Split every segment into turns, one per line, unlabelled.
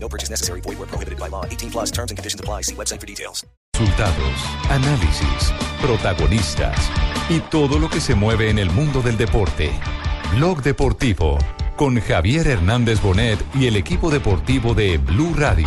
No purchase necessary. Void where prohibited by law. 18 plus terms and conditions apply. See website for details.
Resultados, análisis, protagonistas y todo lo que se mueve en el mundo del deporte. Blog Deportivo con Javier Hernández Bonet y el equipo deportivo de Blue Radio.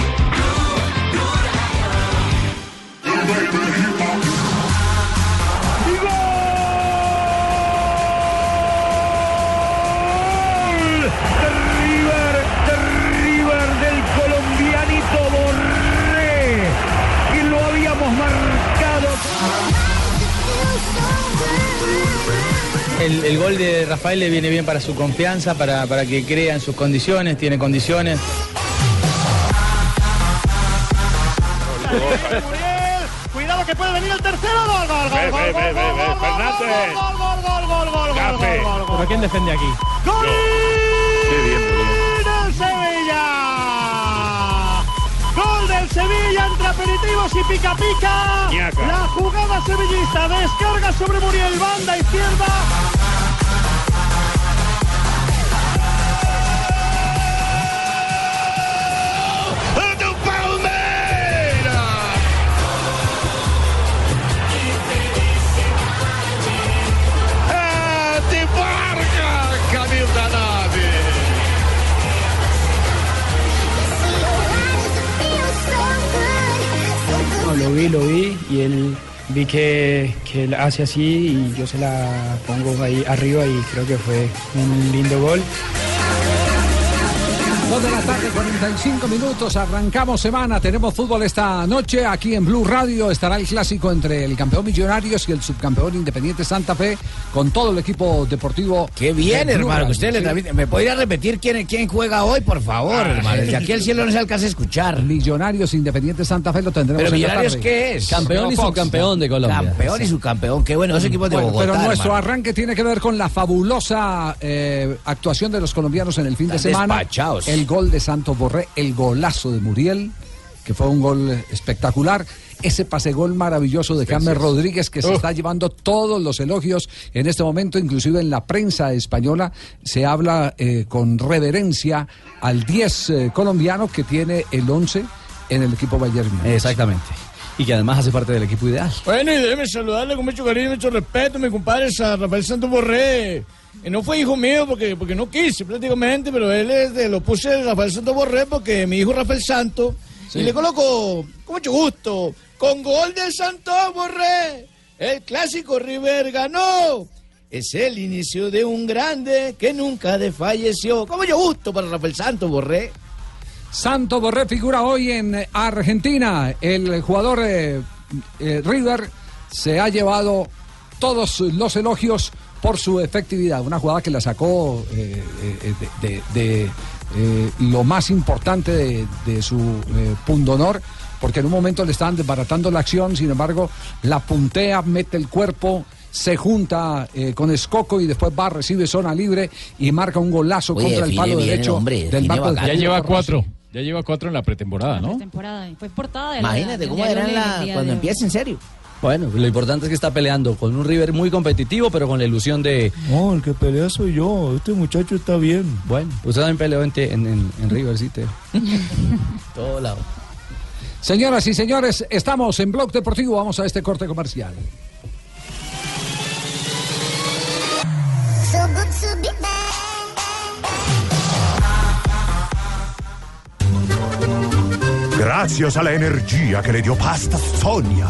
El, el, gol de Rafael le viene bien para su confianza, para, para que crea en sus condiciones, tiene condiciones.
Cuidado que puede venir el tercero. Gol, gol, gol. Gol, gol, gol, gol,
¿Pero quién defiende aquí?
¡Gol! ¡Qué bien, del Sevilla! Gol del Sevilla entre aperitivos y pica pica. La jugada sevillista descarga sobre Muriel, banda izquierda.
lo vi, lo vi y él vi que, que él hace así y yo se la pongo ahí arriba y creo que fue un lindo gol.
2 de la tarde, 45 minutos, arrancamos semana, tenemos fútbol esta noche, aquí en Blue Radio estará el clásico entre el campeón Millonarios y el subcampeón Independiente Santa Fe, con todo el equipo deportivo.
Qué bien, de hermano, que usted ¿sí? le, me podría repetir quién, quién juega hoy, por favor, ah, hermano, desde aquí el cielo no se alcanza a escuchar.
Millonarios Independiente Santa Fe lo tendremos
¿Pero
en
Millonarios qué es?
Campeón no, y Fox, subcampeón de Colombia.
Campeón sí. y subcampeón, qué bueno, ese equipo de Bogotá,
Pero nuestro hermano. arranque tiene que ver con la fabulosa eh, actuación de los colombianos en el fin Tan de semana.
Despachados.
El gol de Santos Borré, el golazo de Muriel, que fue un gol espectacular. Ese pase gol maravilloso de James Rodríguez que se oh. está llevando todos los elogios en este momento, inclusive en la prensa española se habla eh, con reverencia al 10 eh, colombiano que tiene el 11 en el equipo Bayern.
Exactamente y que además hace parte del equipo ideal.
Bueno, y déjeme saludarle con mucho cariño, mucho respeto, mi compadre a Rafael Santos Borré. Que no fue hijo mío porque, porque no quise prácticamente, pero él es de, lo puse a Rafael Santos Borré porque mi hijo Rafael Santos. Sí. Y le colocó con mucho gusto, con gol de Santos Borré. El clásico River ganó. Es el inicio de un grande que nunca desfalleció. Con mucho gusto para Rafael Santos Borré.
Santo Borré figura hoy en Argentina. El jugador eh, eh, River se ha llevado todos los elogios por su efectividad. Una jugada que la sacó eh, de, de, de lo más importante de, de su eh, pundonor, porque en un momento le estaban desbaratando la acción, sin embargo, la puntea, mete el cuerpo se junta eh, con Escoco y después va, recibe zona libre y marca un golazo Oye, contra el palo bien, derecho
hombre,
del
banco de Ya lleva cuatro. Ya lleva cuatro en la pretemporada, ¿no? La
pretemporada. Fue portada de
Imagínate
la,
cómo era la, cuando empieza en serio.
Bueno, lo importante es que está peleando con un River muy competitivo, pero con la ilusión de.
No, el que pelea soy yo. Este muchacho está bien.
Bueno, usted también peleó en, en, en, en River, sí, te.
Todo lado.
Señoras y señores, estamos en Blog Deportivo. Vamos a este corte comercial.
Gracias a la energía que le dio Pasta Sonia,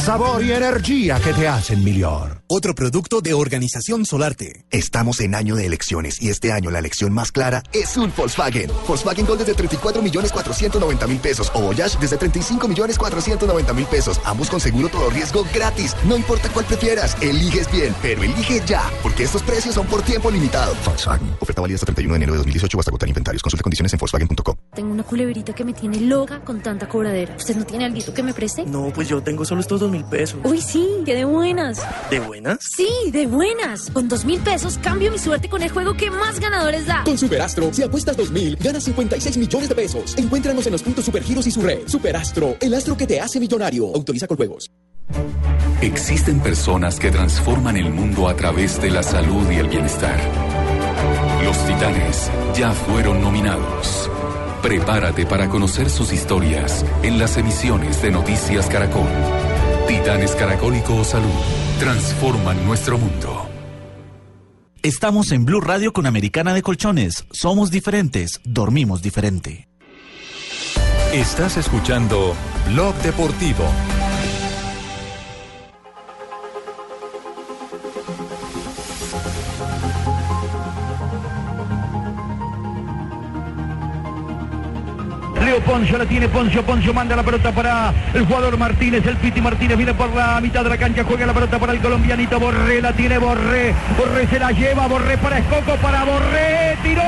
Sabor y energía que te hacen mejor.
Otro producto de Organización Solarte.
Estamos en año de elecciones y este año la elección más clara es un Volkswagen.
Volkswagen Gol desde 34 millones 490 mil pesos o Voyage desde 35 millones 490 mil pesos. Ambos con seguro todo riesgo gratis. No importa cuál prefieras, eliges bien, pero elige ya, porque estos precios son por tiempo limitado.
Volkswagen. Oferta válida hasta 31 de enero de 2018 hasta agotar inventarios. Consulta condiciones en Volkswagen.com.
Tengo una culebrita que me tiene loca con tanta cobradera. ¿Usted no tiene algo que me preste?
No, pues yo tengo solo estos dos mil pesos.
Uy, sí, que de buenas.
¿De buenas?
Sí, de buenas. Con dos mil pesos cambio mi suerte con el juego que más ganadores da.
Con Superastro, si apuestas dos mil, ganas 56 millones de pesos. Encuéntranos en los puntos Supergiros y su red. Superastro, el astro que te hace millonario. Autoriza con juegos.
Existen personas que transforman el mundo a través de la salud y el bienestar. Los titanes ya fueron nominados. Prepárate para conocer sus historias en las emisiones de Noticias Caracol. Titanes Caracólico o Salud transforman nuestro mundo.
Estamos en Blue Radio con Americana de Colchones. Somos diferentes, dormimos diferente.
Estás escuchando Blog Deportivo.
Leo Poncio la tiene Poncio, Poncio manda la pelota para el jugador Martínez, el Piti Martínez viene por la mitad de la cancha, juega la pelota para el colombianito Borré, la tiene Borré, Borré se la lleva, Borré para Escoco, para Borré, tiró.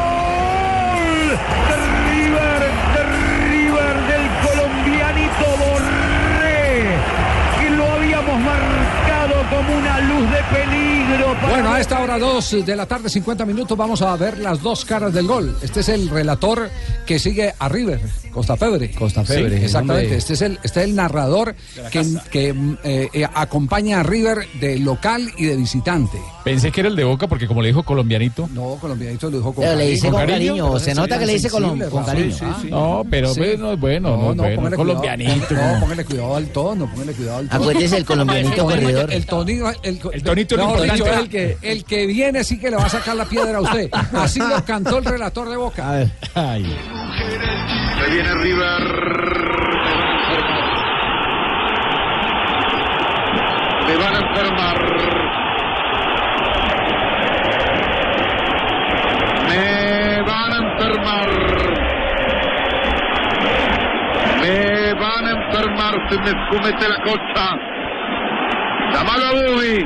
gol de River, de River del colombianito Borré, que lo habíamos marcado como una luz de peligro. para-
Bueno, a esta hora 2 de la tarde, 50 minutos, vamos a ver las dos caras del gol. Este es el relator que sigue a River, Costa Febre. Costa
Febre,
exactamente.
hombre.
Este es el, este es el narrador
De la
que,
casa.
que, mm, eh, eh, acompaña a River de local y de visitante.
Pensé que era el de Boca porque como le dijo colombianito.
No, colombianito lo dijo con
Pero le dice con cariño,
pero
se
ese
nota
es
que le dice
insensible,
colom- con
Rafa.
cariño.
Sí,
Ah,
sí,
no,
sí.
pero,
Sí.
pues, no es bueno, no es bueno,
póngale
colombianito.
Cuidado, no, póngale cuidado al tono, póngale cuidado al tono. Ah,
Acuérdese del colombianito corredor.
El tonito, el,
El tonito es lo
mejor dicho, el
importante.
que, el que viene sí que le va a sacar la piedra a usted. Así lo cantó el relator de boca.
Ahí viene River. Se van a enfermar. Me van a enfermar. Me van a enfermar si me escumete la cosa. Llamalo a Bubi.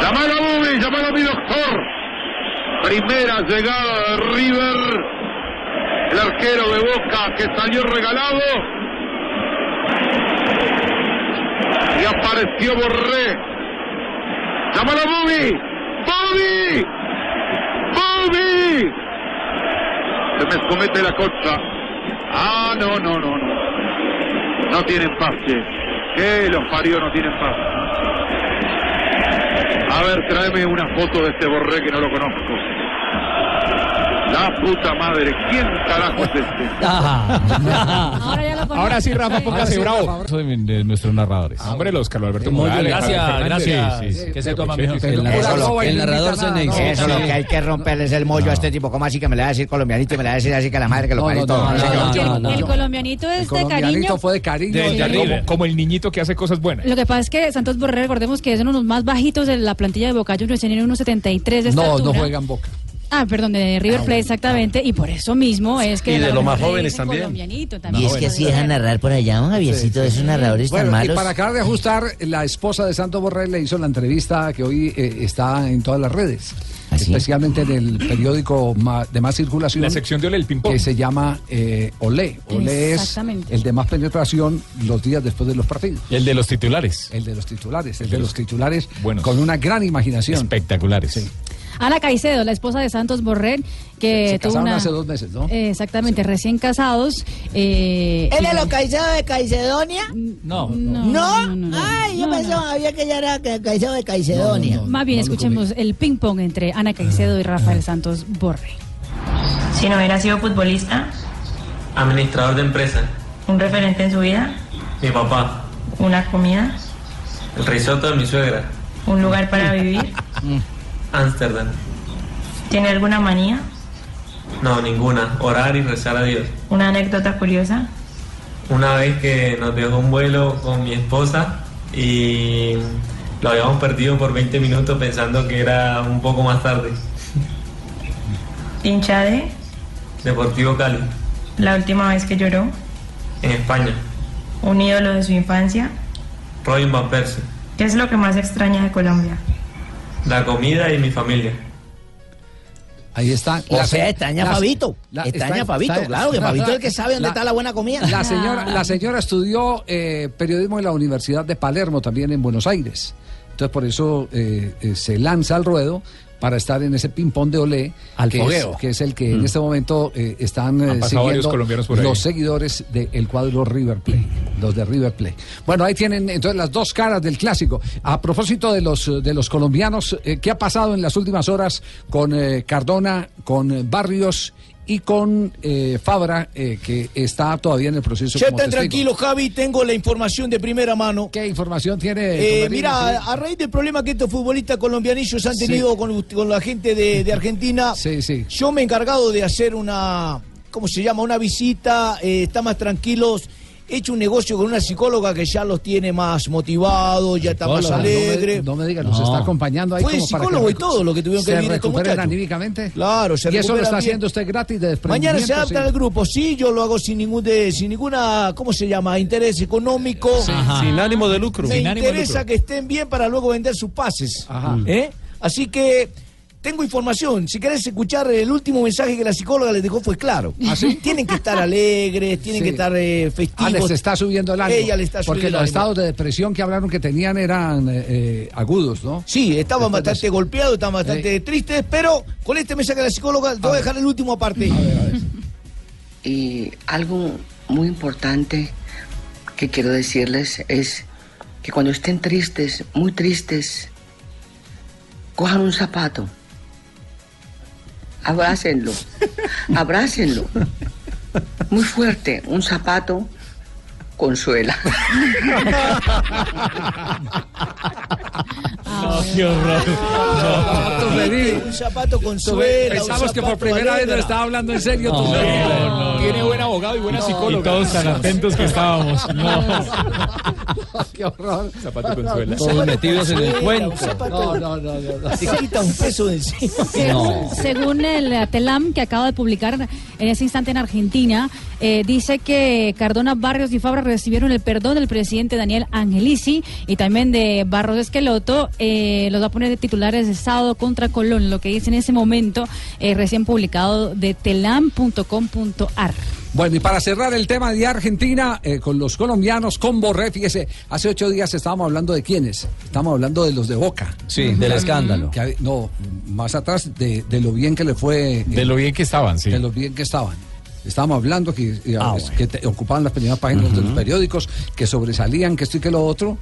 Llamalo a Bubi, llamalo a mi doctor. Primera llegada de River el arquero de Boca que salió regalado. Y apareció Borré. ¡Llámalo Bobby! ¡Bobby! ¡Bobby! Se me escomete la cocha. Ah, no, no, no, no. No tienen paz, che. Que los parió no tienen paz. A ver, tráeme una foto de este Borré que no lo conozco. La puta madre, ¿quién carajo es este?
Ahora ya lo
Ahora sí, Rafa,
conozco.
póngase bravo. Eso de, de nuestros narradores.
Ah,
Hombre, los Carlos Alberto Morales. Javier Fernández. Sí, sí, sí.
El narrador, el narrador se
nada,
nega.
no,
Eso
sí.
lo que hay que romperle es el mollo a este tipo. ¿Cómo así que me le va a decir colombianito y me le va a decir así que la madre que lo
No,
parió
no,
todo?
no, no,
señor.
no, no, no.
El colombianito es de cariño.
fue de cariño.
Sí.
como, como el niñito que hace cosas buenas.
Lo que pasa es que Santos Borré, recordemos que es uno de los más bajitos de la plantilla de Boca Juniors, tiene unos 73 de
No,
estatura.
no juegan boca.
Ah, perdón, de River Plate, exactamente, y por eso mismo es que...
Y de
la-
los más
Borré
jóvenes
es
también.
colombianito
Y
también.
es que así dejan narrar por allá, don Javiercito, esos narradores tan
Bueno, y
malos.
para acabar de ajustar, la esposa de Santos Borrell le hizo la entrevista que hoy eh, está en todas las redes,
¿Ah,
especialmente en el periódico ma- de más circulación.
La sección de Ole, el ping-pong.
que se llama eh, Olé. Olé es
Exactamente.
el de más penetración los días después de los partidos.
El de los titulares.
El de los titulares, el de los titulares con una gran imaginación.
Espectaculares.
Ana Caicedo, la esposa de Santos Borré, que
Se
tuvo
casaron
una...
hace dos meses, ¿no?
Eh, exactamente, recién casados. Eh,
¿Él es
y-
lo Caicedo de Caicedonia?
No.
no,
¿No? Ay, yo pensaba había que ya era Ca- Caicedo de Caicedonia.
Más bien, escuchemos el ping-pong entre Ana Caicedo y Rafael Santos Borré.
Si no hubiera sido futbolista,
Administrador de empresa.
un referente en su vida,
Mi papá.
Una comida,
El risotto de mi suegra.
un lugar para vivir.
Ámsterdam.
¿Tiene alguna manía?
No, ninguna. Orar y rezar a Dios.
¿Una anécdota curiosa?
Una vez que nos dejó un vuelo con mi esposa y lo habíamos perdido por 20 minutos pensando que era un poco más tarde.
¿Hincha de
Deportivo Cali,
la última vez que lloró?
en España.
¿Un ídolo de su infancia?
Roy Van Persie.
¿Qué es lo que más extraña de Colombia?
La comida y mi familia.
Ahí está.
O
la-
sea,
extraña a
las-
Fabito.
la-
Extraña
está-
a Fabito,
está-
claro, que
está-
Fabito es el que sabe dónde
la-
está la buena comida.
Ah.
La señora, la señora estudió eh, periodismo en la Universidad de Palermo, también en Buenos Aires. Entonces, por eso eh, eh, se lanza al ruedo para estar en ese ping-pong de Olé,
Al
que, es,
fogueo.
que es el que en
Mm.
este momento eh, están eh,
Han pasado
siguiendo
varios colombianos por ahí.
los seguidores del cuadro River Plate, los de River Plate. Bueno, ahí tienen entonces las dos caras del clásico. A propósito de los, eh, de los colombianos, eh, ¿qué ha pasado en las últimas horas con eh, Cardona, con eh, Barrios y con eh, Fabra, eh, que está todavía en el proceso?
Ya
como
están
testigo?
tranquilos, Javi. Tengo la información de primera mano.
¿Qué información tiene?
Eh,
Tomarino?
mira,
Sí.
a raíz del problema que estos futbolistas colombianillos han
Sí.
tenido con, con la gente de, de Argentina, yo me he encargado de hacer una, ¿cómo se llama? Una visita, eh, está más tranquilos. He hecho un negocio con una psicóloga que ya los tiene más motivados, ya está más
Psicóloga, no me-
alegre.
No me, digas, nos está acompañando ahí.
Fue
como para que
psicólogo y
recu-
todo lo que tuvieron que
se
vivir estos
recuperen
muchachos.
anímicamente.
Claro,
Y
se
eso lo
recuperan
está
bien.
haciendo usted gratis de
Mañana se
desprendimiento,
adapta
sí.
al grupo, sí, yo lo hago sin ningún de, sin ninguna, ¿cómo se llama? Interés económico.
Ajá. Sin ánimo de lucro.
Me
Sin ánimo de
interesa
lucro.
que estén bien para luego vender sus pases. ¿Eh? Así que tengo información. Si querés escuchar el último mensaje que la psicóloga les dejó fue claro.
¿Ah, sí?
Tienen que estar alegres, tienen
Sí.
que estar eh,
Ah,
festivos.
les está subiendo el ánimo.
Ella le está
Porque
subiendo
los
el ánimo.
estados de depresión que hablaron que tenían eran eh, eh, agudos, ¿no?
Sí, estaban bastante golpeados, estaban bastante
Eh. Ah.
tristes, pero con este mensaje de la psicóloga te voy a dejar el último aparte.
Y algo muy importante que quiero decirles es que cuando estén tristes, muy tristes, cojan un zapato, abrácenlo, abrácenlo, muy fuerte, un zapato consuela.
qué horror. Este, Un zapato con suela, un
Pensamos que por
zapato
primera vez
alegre.
nos estaba hablando en serio. tu
Tiene buen abogado y buena
No.
psicóloga.
Y todos tan
atentos que estábamos.
Qué horror.
Zapato Consuela.
Todos
Ah,
metidos en el
Sí,
cuento.
No, no, no, no. no.
Se quita un peso de encima.
No.
Según el eh, TELAM que acaba de publicar en ese instante en Argentina, eh, dice que Cardona, Barrios y Fabra recibieron el perdón del presidente Daniel Angelici y también de Barros Esqueloto. eh, los va a poner de titulares de sábado contra Colón, lo que dice en ese momento eh, recién publicado de telam.com.ar.
Bueno, y para cerrar el tema de Argentina, eh, con los colombianos, con Borré, fíjese, hace ocho días estábamos hablando de quiénes, estábamos hablando de los de Boca.
Sí, del
Que-
escándalo.
que hab- no, más atrás de, de lo bien que le fue. eh,
De lo bien que estaban, sí. Ah,
De lo bien que estaban. Estábamos hablando que, eh, es- que te- ocupaban las primeras páginas de los periódicos, que sobresalían, que esto y que lo otro.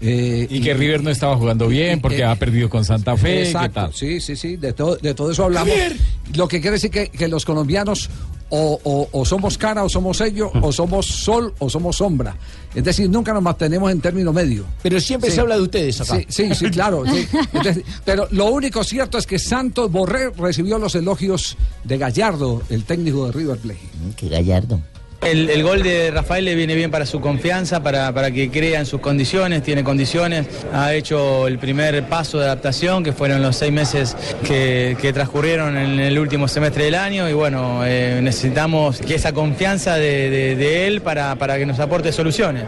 eh,
Y que River no estaba jugando bien porque
eh,
ha perdido con Santa Fe. ¿qué
Exacto,
tal?
sí, sí, sí, de todo, de todo eso hablamos.
Javier.
Lo que quiere decir que, que los colombianos o, o- o somos cara, o somos sello, o somos sol, o somos sombra. Es decir, nunca nos mantenemos en término medio.
Pero siempre se habla de ustedes acá.
Sí, sí, sí, claro. sí. Entonces, pero lo único cierto es que Santos Borré recibió los elogios de Gallardo, el técnico de River Plate.
Que Gallardo.
El, el gol de Rafael le viene bien para su confianza, para, para que crea en sus condiciones, tiene condiciones, ha hecho el primer paso de adaptación, que fueron los seis meses que, que transcurrieron en el último semestre del año, y bueno, eh, necesitamos que esa confianza de, de- de él para, para que nos aporte soluciones.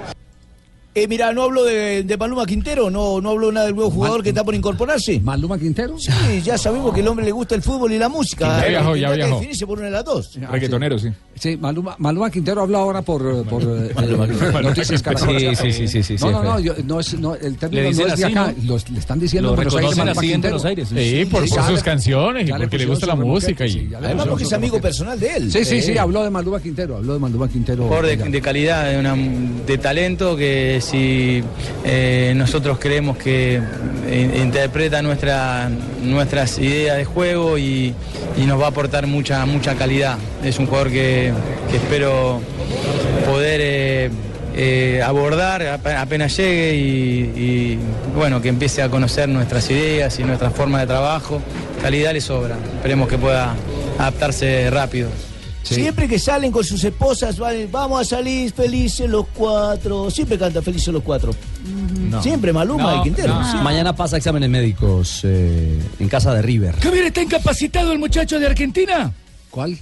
Eh, mira, no hablo de, de Maluma Quintero, no, no hablo nada del nuevo jugador que está por incorporarse.
¿Maluma Quintero?
Sí, ya sabemos que el hombre le gusta el fútbol y la música.
Ya viajó,
Tendrá
ya
que
viajó.
definirse por una de las dos.
Reggaetonero, sí.
Sí, Maluma, Maluma Quintero habla ahora por, eh, por eh, eh, Noticias Caracol.
Sí, sí, sí, sí, sí, sí,
No, no,
es
no,
verdad.
yo- no es, no, el
Le
término no
dicen
es de
así,
acá.
¿no?
los- le están diciendo
Lo
en Buenos Aires.
reconocen
Maluma
así en
Quintero.
Buenos Aires. Sí, por- por sus canciones y porque le
pues,
gusta la música y-
Además porque es amigo
personal de él.
Sí, sí, sí,
Eh.
habló de Maluma Quintero, habló de Maluma Quintero.
jugador de, de calidad, de, una- de talento que si eh, nosotros creemos que in- interpreta nuestra, nuestras ideas de juego y, y nos va a aportar mucha, mucha calidad. Es un jugador que, que espero poder eh, eh, abordar ap- apenas llegue y, y, bueno, que empiece a conocer nuestras ideas y nuestra forma de trabajo. Calidad le sobra, esperemos que pueda adaptarse rápido.
Siempre que salen con sus esposas, van, vamos a salir felices los cuatro. Siempre canta felices los cuatro. Siempre Maluma y Quintero. Siempre.
Mañana pasa exámenes médicos eh, en casa de River.
¿Qué bien está incapacitado el muchacho de Argentina? ¿Cuál?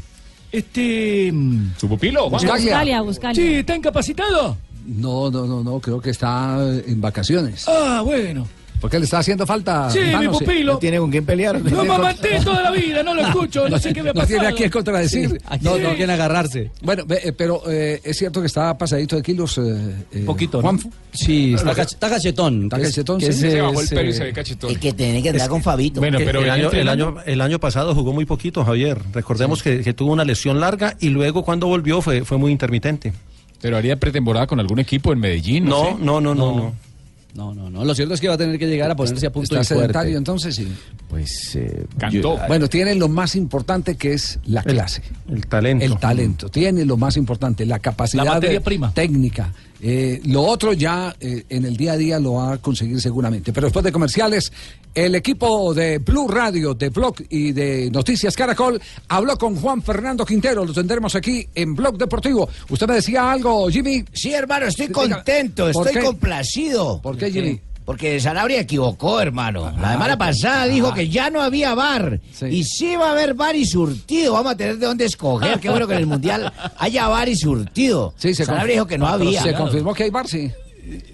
Este.
mm,
¿Su pupilo?
Oh, Buscalia. Buscalia,
Sí, está incapacitado.
No, no, no, no, creo que está en vacaciones.
Ah, bueno.
Porque le está haciendo falta.
Sí, mi
hermano,
pupilo.
No tiene con quién pelear.
Lo mamanté toda la vida, no lo escucho, no sé qué me ha
No tiene a
pasado.
quién contradecir.
Sí, aquí
no,
no hay quien
agarrarse. Bueno, ve, eh, pero eh, es cierto que está pasadito de kilos. eh, Poquito.
Sí, está, cach- está cachetón.
Está
que es-
cachetón,
que
sí.
es,
Se
eh,
bajó el pelo y se
se-
ve
Y que tiene que andar con Fabito.
Bueno, pero el año, el, año, el año pasado jugó muy poquito, Javier. Recordemos que, que tuvo una lesión larga y luego cuando volvió fue, fue muy intermitente.
Pero haría pretemporada con algún equipo en Medellín.
No, no, no, no. no.
No, no, no. Lo cierto es que va a tener que llegar a ponerse a punto
Está
y
sedentario,
fuerte.
entonces sí.
Pues.
Yo- bueno, tiene lo más importante que es la clase.
El, talento.
El talento. Tiene lo más importante, la capacidad
La materia
de- técnica. Eh, lo otro ya eh, en el día a día lo va a conseguir seguramente. Pero después de comerciales, el equipo de Blue Radio, de Blog y de Noticias Caracol habló con Juan Fernando Quintero. Lo tendremos aquí en Blog Deportivo. ¿Usted me decía algo, Jimmy?
Sí, hermano, estoy contento, estoy complacido.
¿Por qué, Ah, Jimmy?
Porque Sanabria equivocó, hermano. La semana pasada dijo que ya no había bar. Y sí va a haber bar y surtido. Vamos a tener de dónde escoger. Qué bueno que en el Mundial haya bar y surtido.
Sí, se
Sanabria
confir-
dijo que no había.
Se confirmó que hay bar, sí.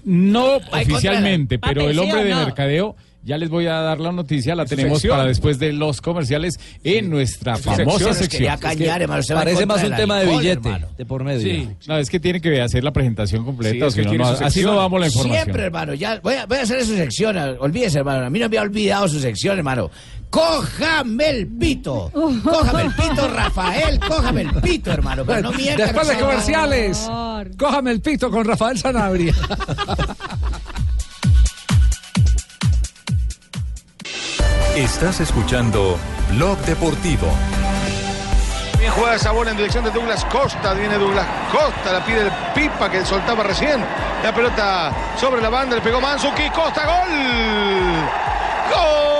No
Va en
oficialmente,
contra de
pero
la-
el
Pape, Ah, ¿sí
hombre
o
de
no?
mercadeo, ya les voy a dar la noticia, la
Es su
tenemos
sección.
para después de los comerciales en nuestra
su sección.
famosa
Es que
sección.
ya cañar, hermano, se va en
Parece
contra
más
del
un tema de
alcohol,
billete,
hermano.
de por medio.
Sí, no, es que tiene que hacer la presentación
Sí,
completa,
es
o si
que
no,
tiene
no,
su
así
sección.
no vamos la información.
Siempre, hermano. Ya voy a, voy a hacer su sección. ah, Olvídese, hermano. A mí no me había olvidado su sección, hermano. Cójame el pito. Cójame el pito, Rafael. Cójame el pito, hermano. Pero no mierda,
Después
no
de
sea,
comerciales, cójame el pito con Rafael Sanabria.
Estás escuchando Blog Deportivo.
Bien jugada esa bola en dirección de Douglas Costa. Viene Douglas Costa, la pide el Pipa que soltaba recién. La pelota sobre la banda, le pegó Manzuki. Costa, gol. ¡Gol!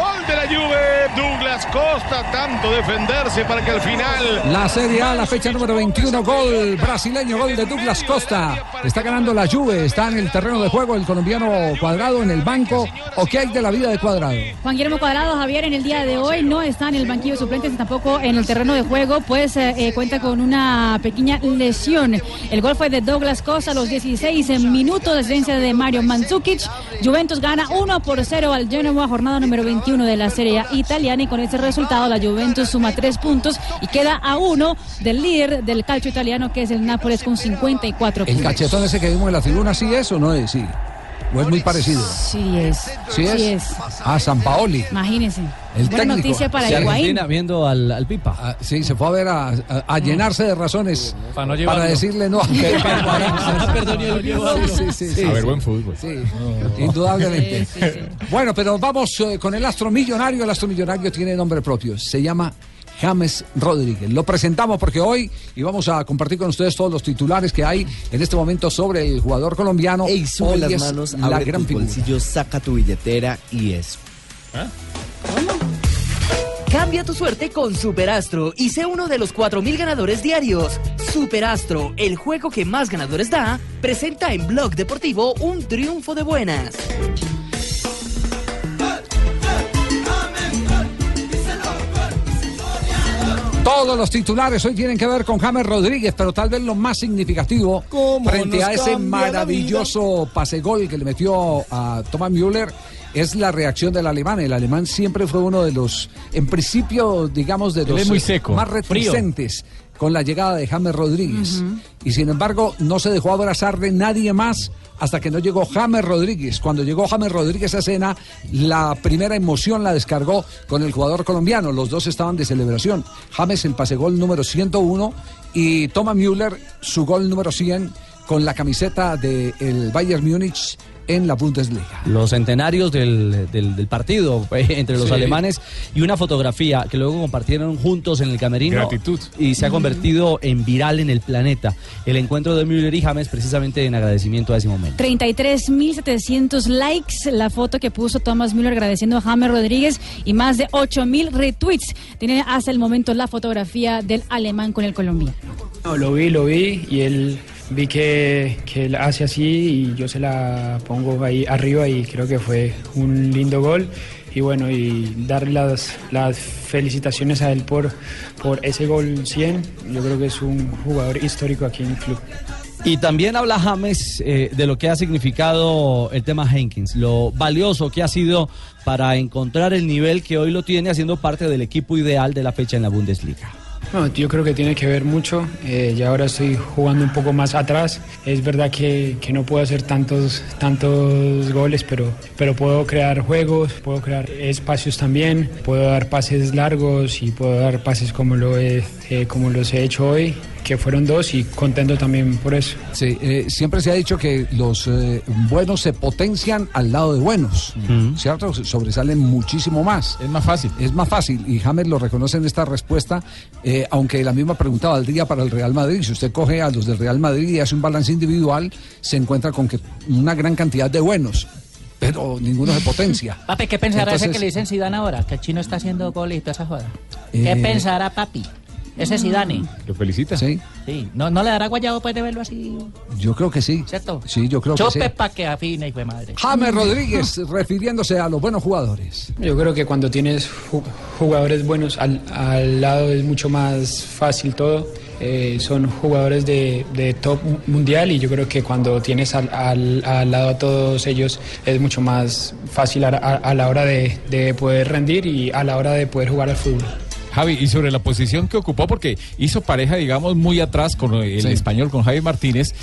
¡Gol de la Juve! Douglas Costa, tanto defenderse para que al final.
La Serie A, la fecha número 21, gol brasileño, gol de Douglas Costa. Está ganando la Juve, está en el terreno de juego el colombiano Cuadrado en el banco. ¿O qué hay de la vida de Cuadrado?
Juan Guillermo Cuadrado, Javier, en el día de hoy no está en el banquillo de suplentes, tampoco en el terreno de juego, pues eh, eh, cuenta con una pequeña lesión. El gol fue de Douglas Costa a los 16 minutos de asistencia de Mario Mandzukic. Juventus gana 1 por 0 al Genoa, jornada número 21 de la Serie A italiana y con ese resultado la Juventus suma 3 puntos y queda a 1 del líder del calcio italiano que es el Nápoles con 54
El
puntos.
cachetón ese que vimos en la tribuna, ¿sí es o no es? Sí. ¿O es muy parecido?
Sí es.
¿Sí es? A San Paoli.
Imagínense.
El
Buena
técnico.
noticia para
Sí,
Higuaín.
Argentina viendo al, Pipa. sí, se fue a ver a, a- a llenarse de razones para,
llevarlo. Ah,
decirle no a
llevarlo.
Sí, sí, sí,
a ver,
sí.
buen fútbol.
Indudablemente. Bueno, pero vamos eh, con el astro millonario. El astro millonario tiene nombre propio. Se llama James Rodríguez. Lo presentamos porque hoy y vamos a compartir con ustedes todos los titulares que hay en este momento sobre el jugador colombiano.
Ey, sube
Hoy
las
es
manos,
la
abre
gran
tus
figura.
bolsillos, saca tu billetera y eso.
Cambia tu suerte con Superastro y sé uno de los 4.000 ganadores diarios. Superastro, el juego que más ganadores da, presenta en Blog Deportivo un triunfo de buenas.
Todos los titulares hoy tienen que ver con James Rodríguez, pero tal vez lo más significativo frente
nos
a ese
cambia la
maravilloso pase-gol que le metió a Thomas Müller es la reacción del alemán. El alemán siempre fue uno de los, en principio, digamos, de
Él
los
es muy seco,
más
frío.
reticentes con la llegada de James Rodríguez. Y sin embargo, no se dejó abrazar de nadie más hasta que no llegó James Rodríguez. Cuando llegó James Rodríguez a escena, la primera emoción la descargó con el jugador colombiano. Los dos estaban de celebración. James el pasegol número 101 y Thomas Müller su gol número 100 con la camiseta del Bayern Múnich en la Bundesliga.
Los centenarios del, del- del partido eh, entre los
Sí.
alemanes y una fotografía que luego compartieron juntos en el camerino.
Gratitud.
Y se ha convertido en viral en el planeta. El encuentro de Müller y James precisamente en agradecimiento a ese momento.
33.700 likes la foto que puso Thomas Müller agradeciendo a James Rodríguez y más de 8.000 retweets. Tiene hasta el momento la fotografía del alemán con el colombiano.
No, lo vi, lo vi y él vi que, que él hace así y yo se la pongo ahí arriba y creo que fue un lindo gol. Y bueno, y darle las, las felicitaciones a él por, por ese gol 100. Yo creo que es un jugador histórico aquí en el club.
Y también habla James eh, de lo que ha significado el tema Jenkins, lo valioso que ha sido para encontrar el nivel que hoy lo tiene haciendo parte del equipo ideal de la fecha en la Bundesliga.
No, yo creo que tiene que ver mucho. eh, ya ahora estoy jugando un poco más atrás. Es verdad que, que no puedo hacer tantos, tantos goles, pero, pero puedo crear juegos, puedo crear espacios también, puedo dar pases largos y puedo dar pases como, lo he- eh, como los he hecho hoy, que fueron dos y contento también por eso.
Sí, eh, siempre se ha dicho que los eh, buenos se potencian al lado de buenos, ¿cierto? Se- Sobresalen muchísimo más. Es más fácil. Es más fácil, y James lo reconoce en esta respuesta, eh, aunque la misma pregunta valdría para el Real Madrid. Si usted coge a los del Real Madrid y hace un balance individual, se encuentra con que una gran cantidad de buenos, pero ninguno se potencia.
Papi, ¿qué pensará ese
Entonces-
que le dicen Zidane ahora? Que el chino está haciendo goles y toda esa joda. ¿Qué
Eh.
pensará papi? Ese Zidane.
¿Lo felicita? Sí,
Sí. ¿No, no le dará guayado pues de verlo así?
yo creo que sí.
¿Cierto?
Sí, yo creo que sí.
Chope pa' que afine, hijo de madre.
James Rodríguez, refiriéndose a los buenos jugadores.
Yo creo que cuando tienes ju- jugadores buenos al, al lado es mucho más fácil todo. Eh, son jugadores de, de top mu- mundial y yo creo que cuando tienes al, al- al lado a todos ellos es mucho más fácil a, a- a la hora de, de poder rendir y a la hora de poder jugar al fútbol.
Javi, y sobre la posición que ocupó, porque hizo pareja, digamos, muy atrás con el español, con Javi Martínez,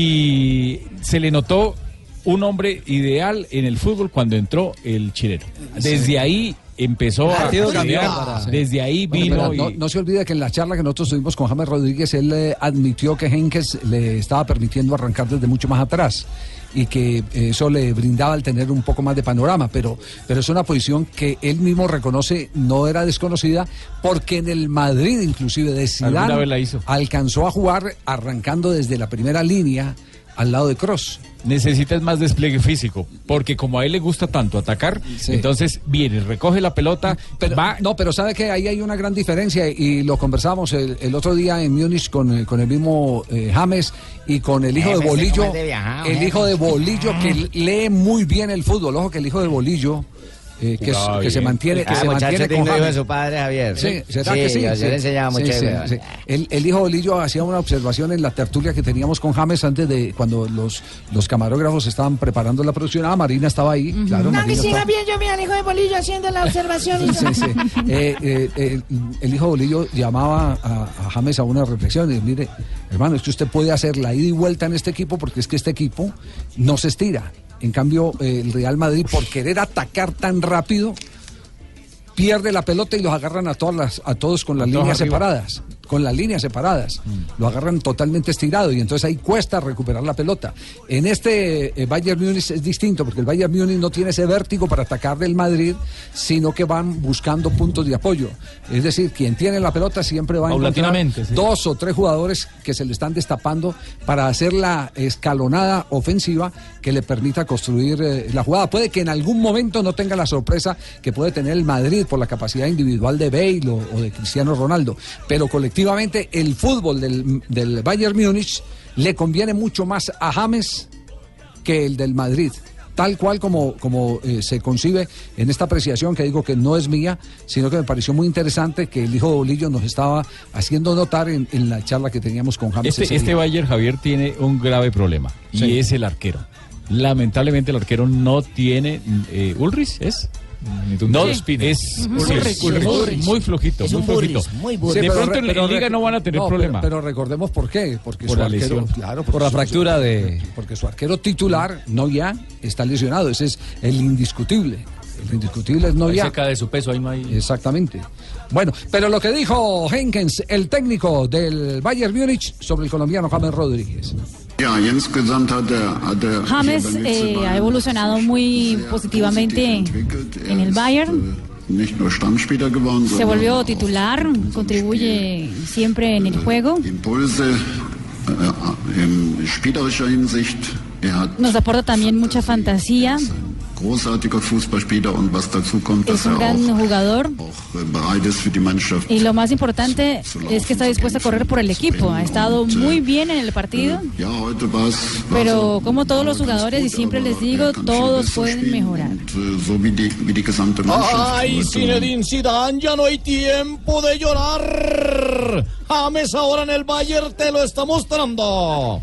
y se le notó un hombre ideal en el fútbol cuando entró el chileno. Desde
Sí.
ahí empezó a
Partido
cambiar,
cambió para-
desde ahí
Bueno,
vino
pero
y-
no, no se olvide que en la charla que nosotros tuvimos con James Rodríguez, él eh, admitió que Henkes le estaba permitiendo arrancar desde mucho más atrás y que eh, eso le brindaba al tener un poco más de panorama, pero, pero es una posición que él mismo reconoce no era desconocida porque en el Madrid inclusive de
Alguna
Zidane
vez la hizo.
alcanzó a jugar arrancando desde la primera línea al lado de Cross.
necesitas más despliegue físico, porque como a él le gusta tanto atacar, entonces viene, recoge la pelota, va
No, pero sabe que ahí hay una gran diferencia y lo conversábamos el, el otro día en Múnich con, eh, con el mismo eh, James y con el hijo
Jefe,
de
ese
Bolillo.
cómo es de Ah. viajado,
el
jefe.
hijo de Bolillo que lee muy bien el fútbol. Ojo que el hijo de Bolillo eh, que, es-
Jugaba
que se
bien.
mantiene, que
Ah,
se
muchacho
mantiene con
digno hijo de
James.
su padre, Javier.
Sí, ¿será
Sí,
que sí?
yo- yo
Sí.
le enseñaba mucho de huevas.
El, el hijo de Bolillo hacía una observación en la tertulia que teníamos con James antes de cuando los, los camarógrafos estaban preparando la producción. Ah, Marina estaba ahí, claro.
No,
Marina
mi
estaba-
siga bien, yo mira al hijo de bolillo haciendo la observación. y
Sí, sí. Eh, eh, eh, el hijo de Bolillo llamaba a, a James a una reflexión y dice, mire, hermano, es que usted puede hacer la ida y vuelta en este equipo porque es que este equipo no se estira. En cambio, eh, el Real Madrid, por querer atacar tan rápido, pierde la pelota y los agarran a todas las, a todos con las
todos
líneas
arriba.
separadas. Con las líneas separadas. Lo agarran totalmente estirado y entonces ahí cuesta recuperar la pelota. En este eh, Bayern Múnich es distinto porque el Bayern Múnich no tiene ese vértigo para atacar del Madrid, sino que van buscando puntos de apoyo. Es decir, quien tiene la pelota siempre va a encontrar
Paulatinamente, sí.
dos o tres jugadores que se le están destapando para hacer la escalonada ofensiva que le permita construir eh, la jugada. Puede que en algún momento no tenga la sorpresa que puede tener el Madrid por la capacidad individual de Bale o, o de Cristiano Ronaldo, pero colectivamente el fútbol del, del Bayern Múnich le conviene mucho más a James que el del Madrid. Tal cual como, como eh, se concibe en esta apreciación que digo que no es mía, sino que me pareció muy interesante que el hijo de Bolillo nos estaba haciendo notar en, en la charla que teníamos con James. ese
Este, este
día.
Bayern Javier tiene un grave problema y
Sí.
es el arquero. Lamentablemente el arquero no tiene eh, Ulrich, ¿es? No, es
Ujú.
sí,
Ulrich,
Ulrich,
Ulrich.
muy flojito,
Es
muy
un Ulrich,
flojito.
muy Ulrich.
De
Sí, pero
pronto
re-
en-
pero
en liga
re-
no van a tener
no, pero-
problema.
Pero, recordemos por qué, porque
Por
su
la
arquero,
lesión.
claro,
Por
porque
la
su-
fractura de-
porque su arquero titular Noya está lesionado, ese es el indiscutible. El indiscutible es
Ahí
Noya.
se cae de su peso, ahí no hay...
Exactamente. Bueno, pero lo que dijo Jenkins, el técnico del Bayern Múnich, sobre el colombiano James Rodríguez.
James
James
eh, ha evolucionado muy positivamente en el Bayern.
Nicht nur Stammspieler geworden,
Se
sondern
volvió titular, contribuye siempre en el juego.
Impulse äh, in spielerischer Hinsicht. Er hat
Nos aporta también mucha fantasía.
großartiger Fußballspieler und was dazu kommt, dass
Es un
er
gran
auch
jugador.
äh, bereit ist für die Mannschaft.
Y lo más importante es que está dispuesto a correr por el equipo. Ha estado muy bien en el partido,
Ja, heute war es
pero como todos los jugadores, y siempre les digo, todos pueden mejorar.
äh, so wie die, wie die gesamte
Ah,
Mannschaft.
Ay,
heute.
Zinedine Zidane, ya no hay tiempo de llorar. James ahora en el Bayern te lo está mostrando.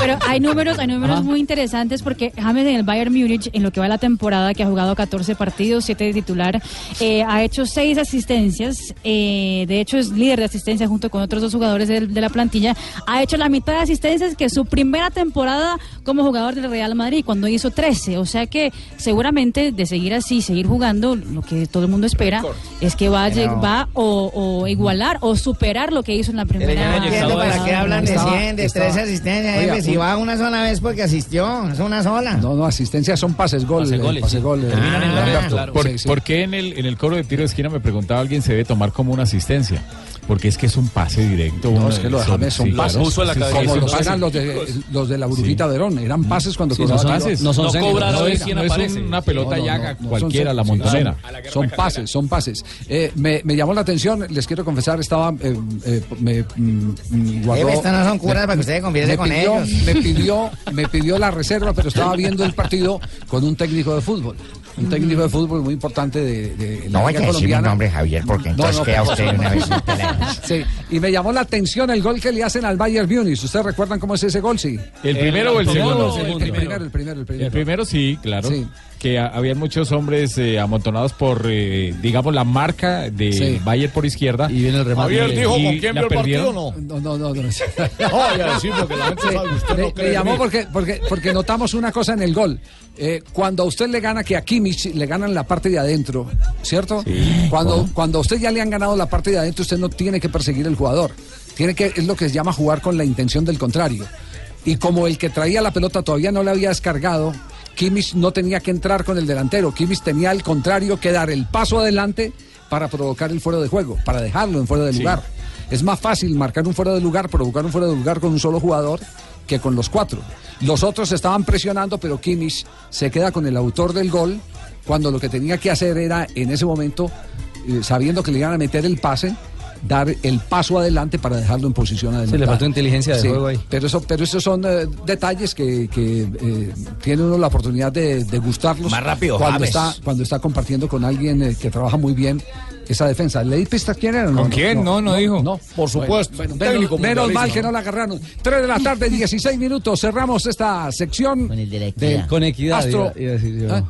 Pero hay números, hay números muy interesantes porque James en el Bayern Múnich, en lo que va la temporada, que ha jugado 14 partidos, 7 de titular, eh, ha hecho 6 asistencias. eh, de hecho, es líder de asistencia junto con otros dos jugadores del- de, la plantilla. Ha hecho la mitad de asistencias que su primera temporada como jugador del Real Madrid, cuando hizo 13. O sea que seguramente de seguir así, seguir jugando, lo que todo el mundo espera es que va a, lleg-
Pero-
va o, o igualar o superar lo que hizo en la
Ah,
primera
Entiendo
pues,
¿Para qué hablan de
estaba-
100, de
estaba-
tres asistencias?
Oiga,
James, si
un-
va una sola vez porque asistió, es una sola.
No, no, asistencias son pases gol.
Pase
eh,
goles, Ah,
pase gol, eh, Alberto.
¿Por,
Sí, sí.
por qué en el, en el cobro de tiro de esquina me preguntaba alguien se debe tomar como una asistencia? Porque es que es un pase directo.
No,
uno
es que los de
son-
James son
sí, claro.
pases.
Sí, sí,
Como
son
los
pases.
eran los de, los de la burbujita Verón. Eran pases cuando
Sí, no
cobraban
son
tiro.
pases. No
centros,
cobrar a ver
es-
quién
es
aparece.
una
Sí, no, no, no, no, son- sí,
Son, son pases, son pases. Eh, me, me llamó la atención, les quiero confesar, estaba. eh, eh, me, mm, mm, guardó-
Estas no son curas para que ustedes confiesen
me
con
pidió-
ellos.
Me pidió, me pidió la reserva, pero estaba viendo el partido con un técnico de fútbol. Un técnico de fútbol muy importante de, de la
No
Liga
vaya a decir mi
colombiana.
nombre, Javier, porque entonces queda
pero-
usted una vez en
Sí, y me llamó la atención el gol que le hacen al Bayern Munich. ¿Ustedes recuerdan cómo es ese gol? Sí. Eh,
¿El primero o el segundo?
El primero, el primero, el primero.
El primero sí, claro. Que ha- habían muchos hombres eh, amontonados por, eh, digamos, la marca de
Sí.
Bayer por izquierda. Y viene el
remate.
Javier dijo con quién vio el partido o no.
No, no, no. no, sí.
No, ya sí, porque la gente sabe, usted no
Le-
cree
le llamó
en mí.
porque, porque, porque notamos una cosa en el gol. Eh, cuando a usted le gana, que a Kimmich le ganan la parte de adentro, ¿cierto? Cuando, cuando a usted ya le han ganado la parte de adentro, usted no tiene que perseguir el jugador. Tiene que, es lo que se llama jugar con la intención del contrario. Y como el que traía la pelota todavía no la había descargado, Kimmich no tenía que entrar con el delantero. Kimmich tenía al contrario que dar el paso adelante para provocar el fuera de juego, para dejarlo en fuera de lugar. Es más fácil marcar un fuera de lugar, provocar un fuera de lugar con un solo jugador que con los cuatro. Los otros estaban presionando, pero Kimmich se queda con el autor del gol cuando lo que tenía que hacer era en ese momento, eh, sabiendo que le iban a meter el pase, dar el paso adelante para dejarlo en posición adelante.
le faltó inteligencia de juego ahí.
Pero, eso, pero esos son eh, detalles que, que, eh, tiene uno la oportunidad de, de gustarlos.
Más rápido,
cuando
James.
está, cuando está compartiendo con alguien eh, que trabaja muy bien esa defensa. ¿Le di pistas quién era?
¿Con quién? No, no dijo.
No, por
supuesto, un técnico
menos, menos
mundialista,
mal que no la agarraron. 3 de la tarde, 16 minutos. Cerramos esta sección. Con
Con equidad.
Astro,
iba- iba a decir yo.
¿Ah?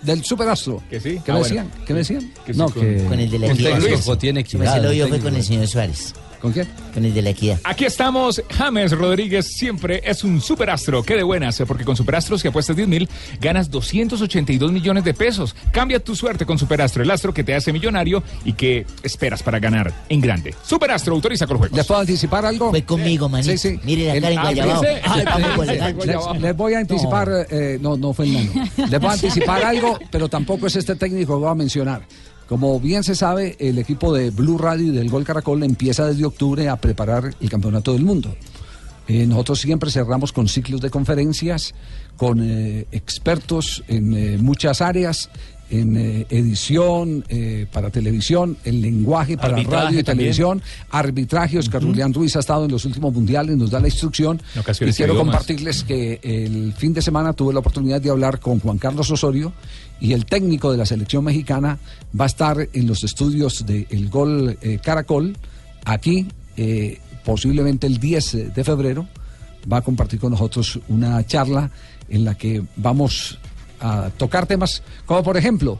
Del superastro.
Que sí.
¿Qué
Ah,
me
bueno.
decían? ¿Qué me decían?
no, que
Con el de la
un
equidad.
técnico
Luis.
tiene
Yo me
equidad.
se lo
un
yo fue
técnico.
con el señor Suárez.
¿Con quién?
Con el de la equidad.
Aquí estamos, James Rodríguez siempre es un superastro. Qué de buenas, eh, porque con Superastros que apuestas 10 mil, ganas 282 millones de pesos. Cambia tu suerte con Superastro, el astro que te hace millonario y que esperas para ganar en grande. Superastro, autoriza con juegos.
¿Les puedo anticipar algo? Fue
conmigo, manito. Mire la cara en Guayabao.
eh.
Ah, vamos con la cancha.
Les, les voy a anticipar, eh, no, no fue el nano. Les voy a anticipar algo, pero tampoco es este técnico que voy a mencionar. Como bien se sabe, el equipo de Blue Radio y del Gol Caracol empieza desde octubre a preparar el campeonato del mundo. Eh, nosotros siempre cerramos con ciclos de conferencias, con eh, expertos en eh, muchas áreas, en eh, edición eh, para televisión, en lenguaje para
Arbitraje
radio y
también.
televisión, arbitraje. Oscar Julián Ruiz ha estado en los últimos mundiales, nos da la instrucción.
En ocasiones
y quiero
idiomas.
compartirles que el fin de semana tuve la oportunidad de hablar con Juan Carlos Osorio y el técnico de la selección mexicana va a estar en los estudios del El Gol eh, Caracol aquí, eh, posiblemente el 10 de febrero, va a compartir con nosotros una charla en la que vamos a tocar temas como por ejemplo,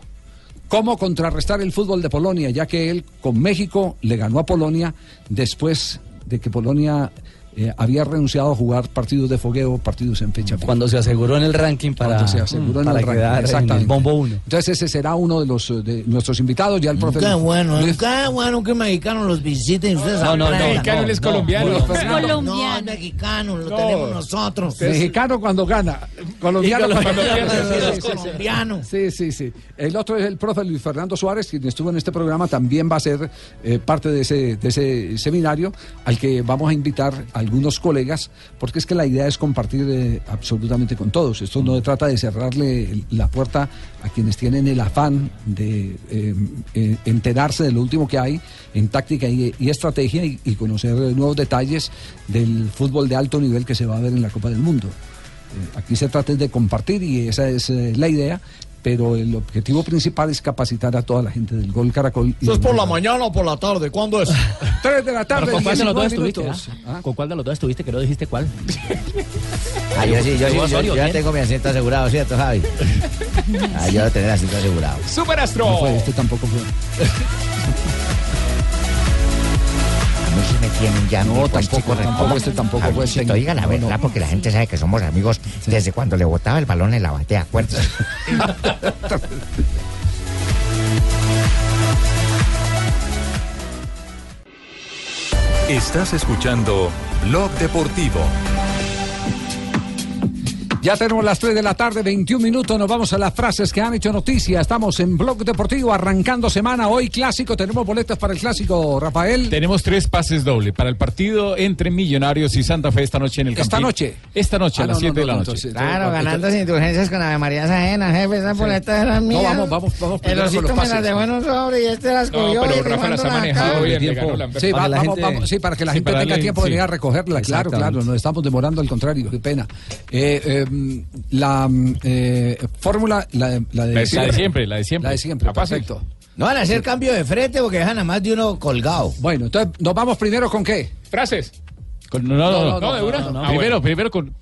cómo contrarrestar el fútbol de Polonia, ya que él con México le ganó a Polonia después de que Polonia eh, había renunciado a jugar partidos de fogueo, partidos en fecha.
Cuando se aseguró en el ranking para-
Cuando se aseguró en
Mm. para
el ranking,
quedar en el
exactamente.
bombo uno. Mm,
Entonces ese será uno de los eh, de nuestros invitados, ya el profe.
Qué
¿eh?
bueno,
Luis-
qué bueno que mexicanos los visiten y ustedes
No, no,
aprendan.
no, Mexicano, él es no, colombiano. no,
Fernando.
colombiano.
No, es mexicano, lo tenemos nosotros.
Mexicano cuando gana, colombiano
Y
cuando
colombiano,
pierde.
los
Sí, sí, sí.
colombianos.
Sí, sí, sí. El otro es el profe Luis Fernando Suárez, quien estuvo en este programa, también va a ser eh, parte de ese, de ese seminario al que vamos a invitar a algunos colegas, porque es que la idea es compartir eh, absolutamente con todos. Esto no se trata de cerrarle el- la puerta a quienes tienen el afán de eh, eh, enterarse de lo último que hay en táctica y, y estrategia y- y conocer eh, nuevos detalles del fútbol de alto nivel que se va a ver en la Copa del Mundo. Eh, Aquí se trata de compartir y esa es eh, la idea, pero el objetivo principal es capacitar a toda la gente del Gol Caracol. y
¿Eso es
del
por la
Gol.
mañana o por la tarde? ¿Cuándo es?
Tres de la tarde,
¿Con cuál de los dos
19
estuviste?
minutos.
ah?
¿Con cuál de los dos estuviste que no dijiste cuál?
Ah, yo sí, yo sí,
¿Tú,
yo-
Osorio,
yo ya
quién?
tengo mi asiento asegurado, ¿cierto, Javi? Ah, yo voy a tener asiento asegurado.
Superastro.
No fue, este tampoco fue.
A mí sí me tienen ya. No,
pues,
tampoco, tampoco, este tampoco fue Oiga, la verdad, porque la gente sabe que somos amigos desde cuando le botaba el balón en la batea, acuérdate.
Estás escuchando Blog Deportivo.
Ya tenemos las 3 de la tarde, 21 minutos. Nos vamos a las frases que han hecho noticia. Estamos en Blog Deportivo, arrancando semana. Hoy clásico, tenemos boletas para el clásico, Rafael.
Tenemos tres pases doble para el partido entre Millonarios y Santa Fe esta noche en el
Esta
Campín.
noche.
Esta noche
Ah,
a las
no,
7
no,
de la
no,
noche.
entonces,
Claro, ganando sin indulgencias con Ave María Sajena, jefe, esa boleta era mía.
No, vamos, vamos, vamos.
El
primero con
osito
los
me la
pases.
dejó en un sobre y este las
No, pero
cogió y
Rafa
rifándola
las ha
acá.
manejado bien, le ganó Lamberto. Sí, va- vamos, vamos, sí, para que la gente tenga tiempo de ir a recogerla, claro, claro, nos estamos demorando, al contrario, qué pena. Eh, eh, la mm, eh, fórmula, la, de,
La de siempre, la de siempre.
La de siempre,
La fácil.
perfecto.
No van a hacer cambio de frente porque dejan a más de uno colgado.
Bueno, entonces, ¿nos vamos primero con qué?
Frases. Con- no, no, no, no, de una. primero, primero con,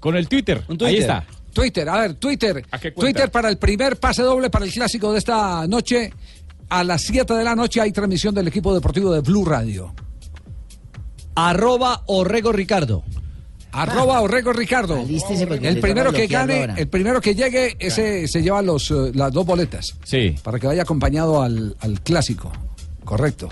con el Twitter. Ahí está.
Twitter, a ver, Twitter.
cuenta?
Twitter para el primer pase doble para el clásico de esta noche. A las 7 de la noche hay transmisión del equipo deportivo de Blue Radio.
Arroba Orrego Ricardo.
Arroba Orrego Ricardo. El primero que gane, el primero que llegue, ese se lleva los, eh, las dos boletas.
Sí.
Para que vaya acompañado al, al clásico. Correcto.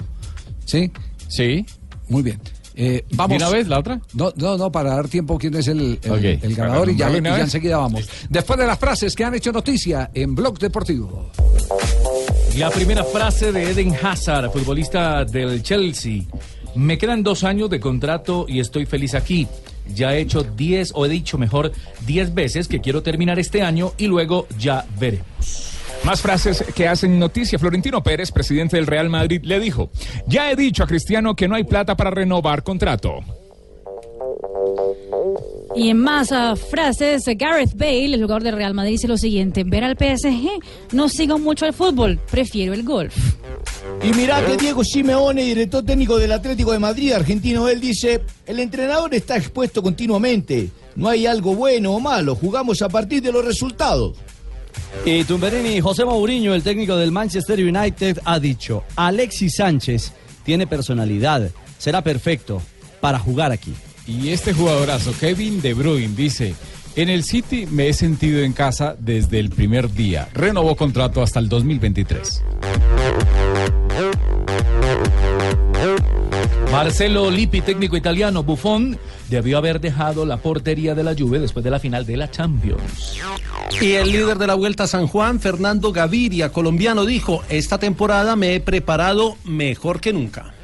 ¿Sí?
Sí.
Muy bien. Eh, vamos.
¿De una vez la otra?
No, no, no, para dar tiempo quién es el, el-
Ok.
el ganador
Para
y ya,
nombrarlo de una
y ya
eh.
vez.
enseguida vamos. Después de las frases que han hecho noticia en Blog Deportivo.
La primera frase de Eden Hazard, futbolista del Chelsea. Me quedan dos años de contrato y estoy feliz aquí. Ya he hecho 10, o he dicho mejor, 10 veces que quiero terminar este año y luego ya veré.
Más frases que hacen noticia. Florentino Pérez, presidente del Real Madrid, le dijo, ya he dicho a Cristiano que no hay plata para renovar contrato.
Y en más ah, frases, Gareth Bale, el jugador del Real Madrid, dice lo siguiente: Ver al PSG, no sigo mucho el fútbol, prefiero el golf.
Y mirá que Diego Simeone, director técnico del Atlético de Madrid, argentino, él dice, el entrenador está expuesto continuamente. No hay algo bueno o malo, jugamos a partir de los resultados.
Y Tumberini, José Mourinho, el técnico del Manchester United, ha dicho, Alexis Sánchez tiene personalidad, será perfecto para jugar aquí.
Y este jugadorazo, Kevin De Bruyne, dice, en el City me he sentido en casa desde el primer día. Renovó contrato hasta el 2023.
Marcelo Lippi, técnico italiano, Buffon, debió haber dejado la portería de la Juve después de la final de la Champions.
Y el líder de la Vuelta a San Juan, Fernando Gaviria, colombiano, dijo, esta temporada me he preparado mejor que nunca.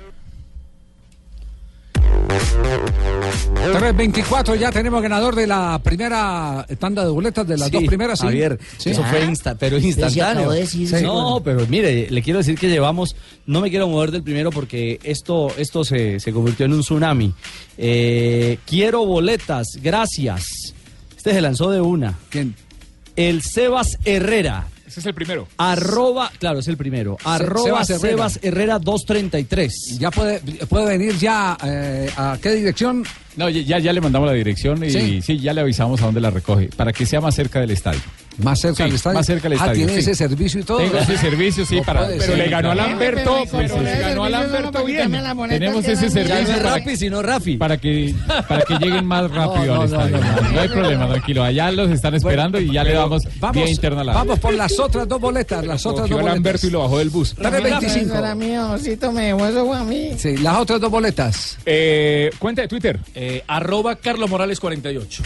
324, ya tenemos ganador de la primera tanda de boletas de las
Sí,
dos primeras. ¿sí?
Javier,
Sí. Ah.
eso fue insta, pero instantáneo.
Sí.
no, pero mire, le quiero decir que llevamos, no me quiero mover del primero porque esto, esto se, se convirtió en un tsunami. Eh, quiero boletas, gracias. Este se lanzó de una.
¿Quién?
El Sebas Herrera.
Ese es el primero.
Arroba, claro, es el primero. Arroba
Sebas
Sebas
Herrera.
Herrera. 233.
Ya puede, puede venir ya eh, a qué dirección.
No, ya, ya- ya le mandamos la dirección y
Sí.
sí, ya le avisamos a dónde la recoge, para que sea más cerca del estadio.
Más cerca del
Sí,
estadio.
más cerca del
Ah,
estadio,
tiene
sí.
ese servicio y todo.
Tengo ese servicio, sí,
No
para-
puede
pero
ser.
le ganó a Lamberto,
pues,
pero le ganó a Lamberto bien. Tenemos ese servicio para-
sino Rafi.
Para que, para que lleguen más rápido
no,
al
no,
estadio. No, hay problema, tranquilo. Allá los están esperando y ya le damos vía interna a la
Vamos por las otras dos boletas, las otras
Cogió
dos
a
boletas.
Lamberto y lo bajó del bus.
3.25.
Era mío, osito, me dejó eso a mí.
Sí, las otras dos boletas.
Eh, cuenta de Twitter.
Eh, arroba Carlos Morales 48.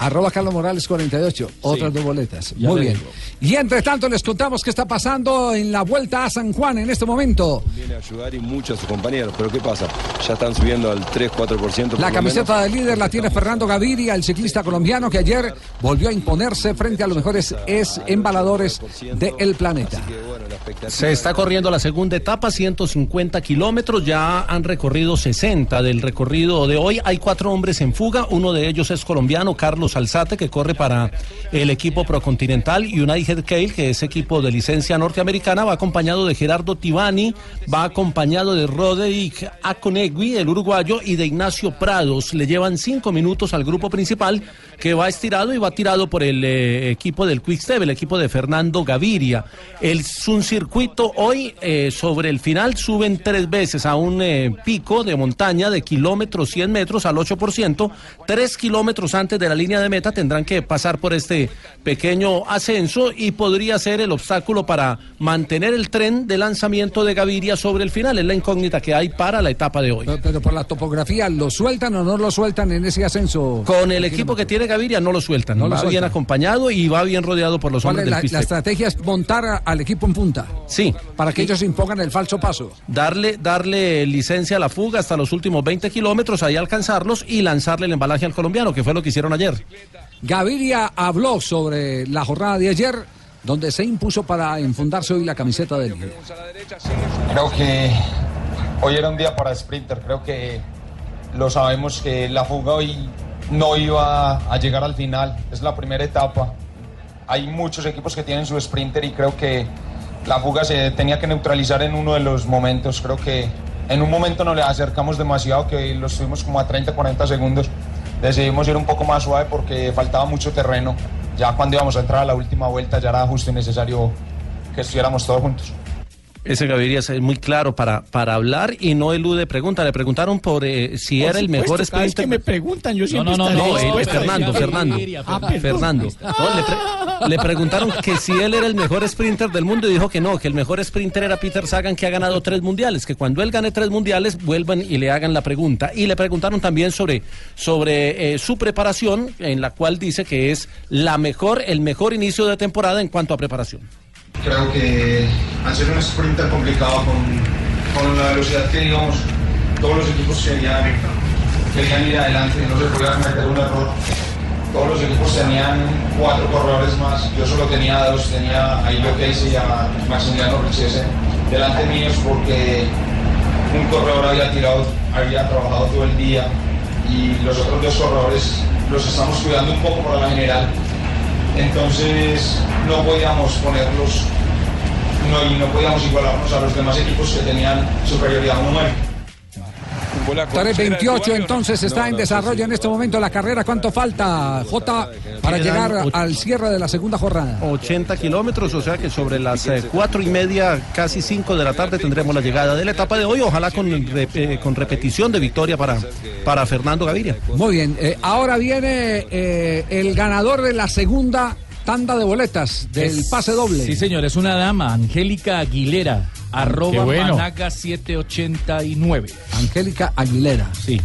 Arroba Carlos Morales 48. Otras dos boletas.
Ya
Muy
le
bien.
digo.
Y entre tanto les contamos qué está pasando en la vuelta a San Juan en este momento.
Viene a ayudar y mucho a sus compañeros, pero ¿qué pasa? Ya están subiendo al 3-4%. por
La
lo
camiseta
menos.
de líder la tiene Fernando Gaviria, el ciclista colombiano que ayer volvió a imponerse frente a los mejores es embaladores del planeta.
Se está corriendo la segunda etapa, 150 kilómetros, ya han recorrido 60 del recorrido de hoy. Hay cuatro hombres en fuga, uno de ellos es colombiano, Carlos Alzate, que corre para el equipo Procontinental, United Kale, que es equipo de licencia norteamericana, va acompañado de Gerardo Tibani, va acompañado de Roderick Aconegui, el uruguayo, y de Ignacio Prados. Le llevan cinco minutos al grupo principal, que va estirado y va tirado por el eh, equipo del Quickstep, el equipo de Fernando Gaviria. El, es un circuito hoy eh, sobre el final, suben tres veces a un eh, pico de montaña de kilómetros 100 metros al 8%. Tres kilómetros antes de la línea de meta tendrán que pasar por este pequeño ascenso y podría ser el obstáculo para mantener el tren de lanzamiento de Gaviria sobre el final. Es la incógnita que hay para la etapa de hoy.
Pero, pero por la topografía, ¿lo sueltan o no lo sueltan en ese ascenso?
Con el equipo que tiene Gaviria no lo sueltan,
No lo
va bien
sueltan.
acompañado y va bien rodeado por los
¿Cuál
hombres
es
del
la, la
Quick Step.
estrategia es montar a- al equipo en punta?
Sí.
Para que
Y-
ellos impongan el falso paso.
darle, darle licencia a la fuga hasta los últimos 20 kilómetros, ahí alcanzarlos y lanzarle el embalaje al colombiano, que fue lo que hicieron ayer.
Gaviria habló sobre la jornada de ayer, donde se impuso para enfundarse hoy la camiseta del líder.
Creo que hoy era un día para Sprinter. Creo que lo sabemos que la fuga hoy no iba a llegar al final. Es la primera etapa. Hay muchos equipos que tienen su Sprinter y creo que la fuga se tenía que neutralizar en uno de los momentos. Creo que en un momento nos le acercamos demasiado, que lo estuvimos como a 30, 40 segundos. Decidimos ir un poco más suave porque faltaba mucho terreno. Ya cuando íbamos a entrar a la última vuelta ya era justo y necesario que estuviéramos todos juntos.
Ese Gaviria es muy claro para, para hablar y no elude preguntas. Le preguntaron por eh, si
Por
era el mejor
supuesto, cada vez
sprinter.
que me preguntan, yo siempre estaré
no, él,
dispuesto a
Fernando,
decir
Fernando,
Gaviria, Fernando.
Fernando. No, le, pre- le preguntaron que si él era el mejor sprinter del mundo y dijo que no, que el mejor sprinter era Peter Sagan que ha ganado tres mundiales, que cuando él gane tres mundiales vuelvan y le hagan la pregunta. Y le preguntaron también sobre, sobre eh, su preparación, en la cual dice que es la mejor, el mejor inicio de temporada en cuanto a preparación.
Creo que hacer un sprint tan complicado con, con la velocidad que digamos todos los equipos querían, querían ir adelante, no se podía cometer un error. Todos los equipos tenían cuatro corredores más, yo solo tenía dos, tenía a Ilo Casey y a Maximiliano Richese delante míos porque un corredor había tirado, había trabajado todo el día y los otros dos corredores los estamos cuidando un poco para la general. Entonces no podíamos ponerlos no, y no podíamos igualarnos a los demás equipos que tenían superioridad numérica.
3.28 entonces está en desarrollo en este momento la carrera. ¿Cuánto falta, J, para
Quedan
llegar
ocho-
al cierre de la segunda jornada?
80 kilómetros, o sea que sobre las eh, cuatro y media, casi cinco de la tarde tendremos la llegada de la etapa de hoy, ojalá con, rep- eh, con repetición de victoria para, para Fernando Gaviria.
Muy bien, eh, ahora viene eh, el ganador de la segunda tanda de boletas del
Es-
pase doble. Mm,
Sí, señor, es una dama, Angélica Aguilera, arroba
bueno.
Managa 789.
Angélica Aguilera.
Sí.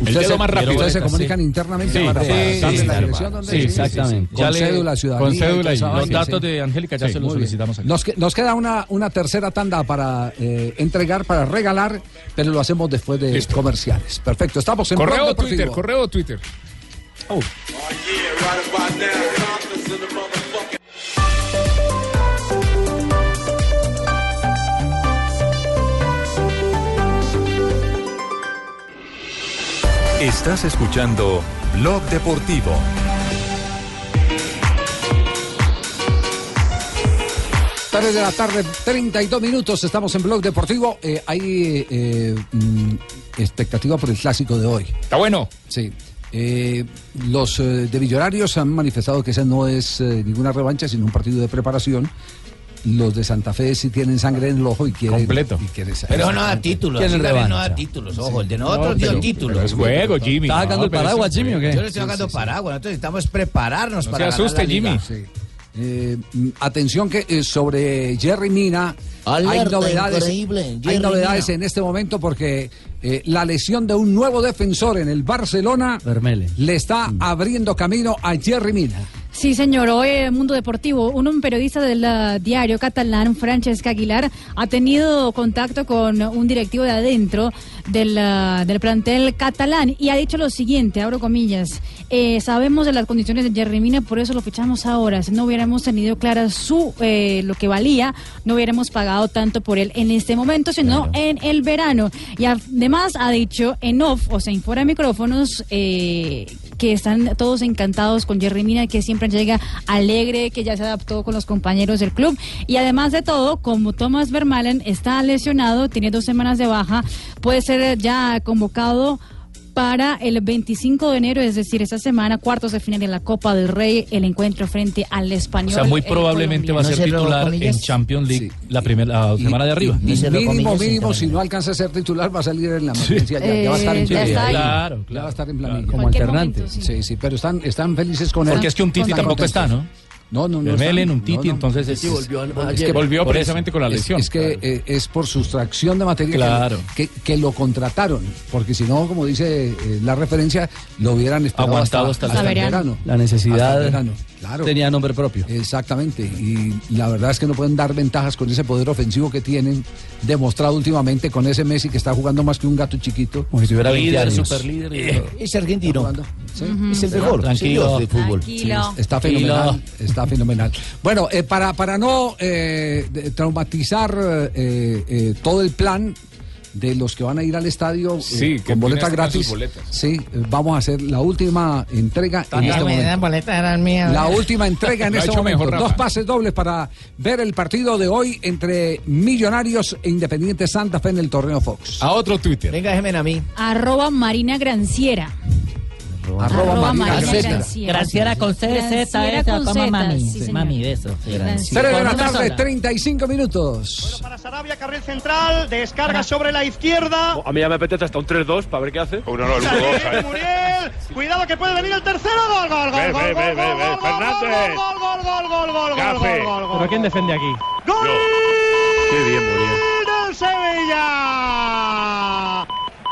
Ustedes
El dedo
se-
más rápido.
ustedes se
Sí.
comunican internamente
Sí,
para
sí,
para-
sí,
¿saben
sí,
la
sí,
dirección
sí,
dónde?
sí, exactamente.
Con
Ya le-
cédula, ciudadanía.
con
y
cédula
toda
y
esa
los
vaina,
datos de Angélica ya se los
Muy bien.
solicitamos aquí.
Nos, que- nos queda una, una tercera tanda para eh, entregar, para regalar, pero lo hacemos después de comerciales. Perfecto, estamos en
Correo
Blog
o Twitter,
Deportivo. Oh.
correo o Twitter.
Estás escuchando Blog Deportivo.
Tres de la tarde, 32 minutos, estamos en Blog Deportivo. Eh, hay eh, mm, expectativa por el clásico de hoy.
Está bueno.
Sí. Eh, los eh, de Millonarios han manifestado que esa no es eh, ninguna revancha, sino un partido de preparación. Los de Santa Fe sí tienen sangre en el ojo y quieren. Completo.
Pero no da títulos.
Quieren
Santa Fe no
revancha.
da títulos, ojo. El de
No,
nosotros dio
pero-
títulos.
pero es juego, Jimmy. ¿Estás sacando el paraguas, Jimmy, o qué?
Yo le estoy
Sí,
sacando
sí, sí.
paraguas. Nosotros necesitamos prepararnos
No
para.
se
ganar
asuste,
la liga.
Jimmy. Sí. Eh, mm, atención que eh, sobre Jerry Mina hay
Alerta
novedades,
increíble,
hay
Jerry
novedades
Mina.
en este momento porque eh, la lesión de un nuevo defensor en el Barcelona le está abriendo camino a Jerry Mina.
Sí, señor. Hoy eh, Mundo Deportivo, un, un periodista del eh, diario catalán, Francesca Aguilar, ha tenido contacto con un directivo de adentro del, eh, del plantel catalán y ha dicho lo siguiente, abro comillas, eh, sabemos de las condiciones de Jerry Mina, por eso lo fichamos ahora. Si no hubiéramos tenido clara su eh, lo que valía, no hubiéramos pagado tanto por él en este momento, sino en el verano. Y además ha dicho en off, o sea, en fuera de micrófonos, eh, que están todos encantados con Jerry Mina, que siempre llega alegre, que ya se adaptó con los compañeros del club. Y además de todo, como Thomas Vermaelen está lesionado, tiene dos semanas de baja, puede ser ya convocado para el 25 de enero, es decir, esta semana, cuartos de final de la Copa del Rey, el encuentro frente al
O
español.
sea, muy
el
probablemente va a
colombiano.
ser titular en Champions League la primera la semana de arriba.
Y mínimo, mínimo, si no alcanza a ser titular, va a salir en la emergencia. Ya, ya va a estar en
Eh, ya
planilla.
está ahí. Claro,
Ya va a estar en planilla.
Como Cualquier alternante. momento,
sí. sí, pero están, están felices con él.
Porque es que un Titi
Están
tampoco está,
contentos. No, no, no.
Vermaelen,
están-
un Titi, entonces es- Sí, volvió a- ayer. Volvió
por
precisamente con la
es-
lesión.
Es, que eh, es por sustracción de materia que-
Claro.
que, que lo contrataron. Porque si no, como dice eh, la referencia, lo hubieran esperado
Aguantado
hasta,
hasta el
el
verano.
verano.
La necesidad
Hasta el verano, claro.
tenía nombre propio.
Exactamente, y la verdad es que no pueden dar ventajas con ese poder ofensivo que tienen, demostrado últimamente con ese Messi que está jugando más que un gato chiquito.
Como si tuviera 20
Líder,
años.
superlíder y todo.
Es argentino.
Ujú.
Es el mejor.
Mm. Tranquilo.
sí, de fútbol.
Sí, Está fenomenal, está fenomenal. Bueno, eh, para, para no eh, de- traumatizar eh, eh, todo el plan de los que van a ir al estadio eh,
Sí, que
con boletas
tienen sus
gratis,
boletas.
sí, eh, vamos a hacer la última entrega en este momento.
¿eh?
La última entrega en
Lo ha
este
hecho
momento.
mejor, Rafa.
Dos pases dobles para ver el partido de hoy entre Millonarios e Independiente Santa Fe en el torneo Fox.
A otro Twitter.
Venga, déjenme a mí.
Arroba Marina Granciera.
Arroba Marina Granciera.
Graciera con C, Z,
Graciera
S,
con
toma
Z,
mami.
sí, señor.
mami, beso.
Tres de la tarde,
Graciera.
35 minutos.
Sarabia, carril central, descarga sobre la izquierda.
A mí ya me apetece hasta un 3-2 para ver qué hace. Uno no,
Muriel, Muriel, cuidado que puede venir el tercero. Gol, gol, gol,
Ve,
gol,
ve,
gol,
ve, ve,
gol,
ve,
gol,
Fernández.
gol, gol, gol, gol, gol, gol, gol, gol, gol, gol.
quién defende aquí?
¡Gol!
Qué bien, Muriel.
del Sevilla.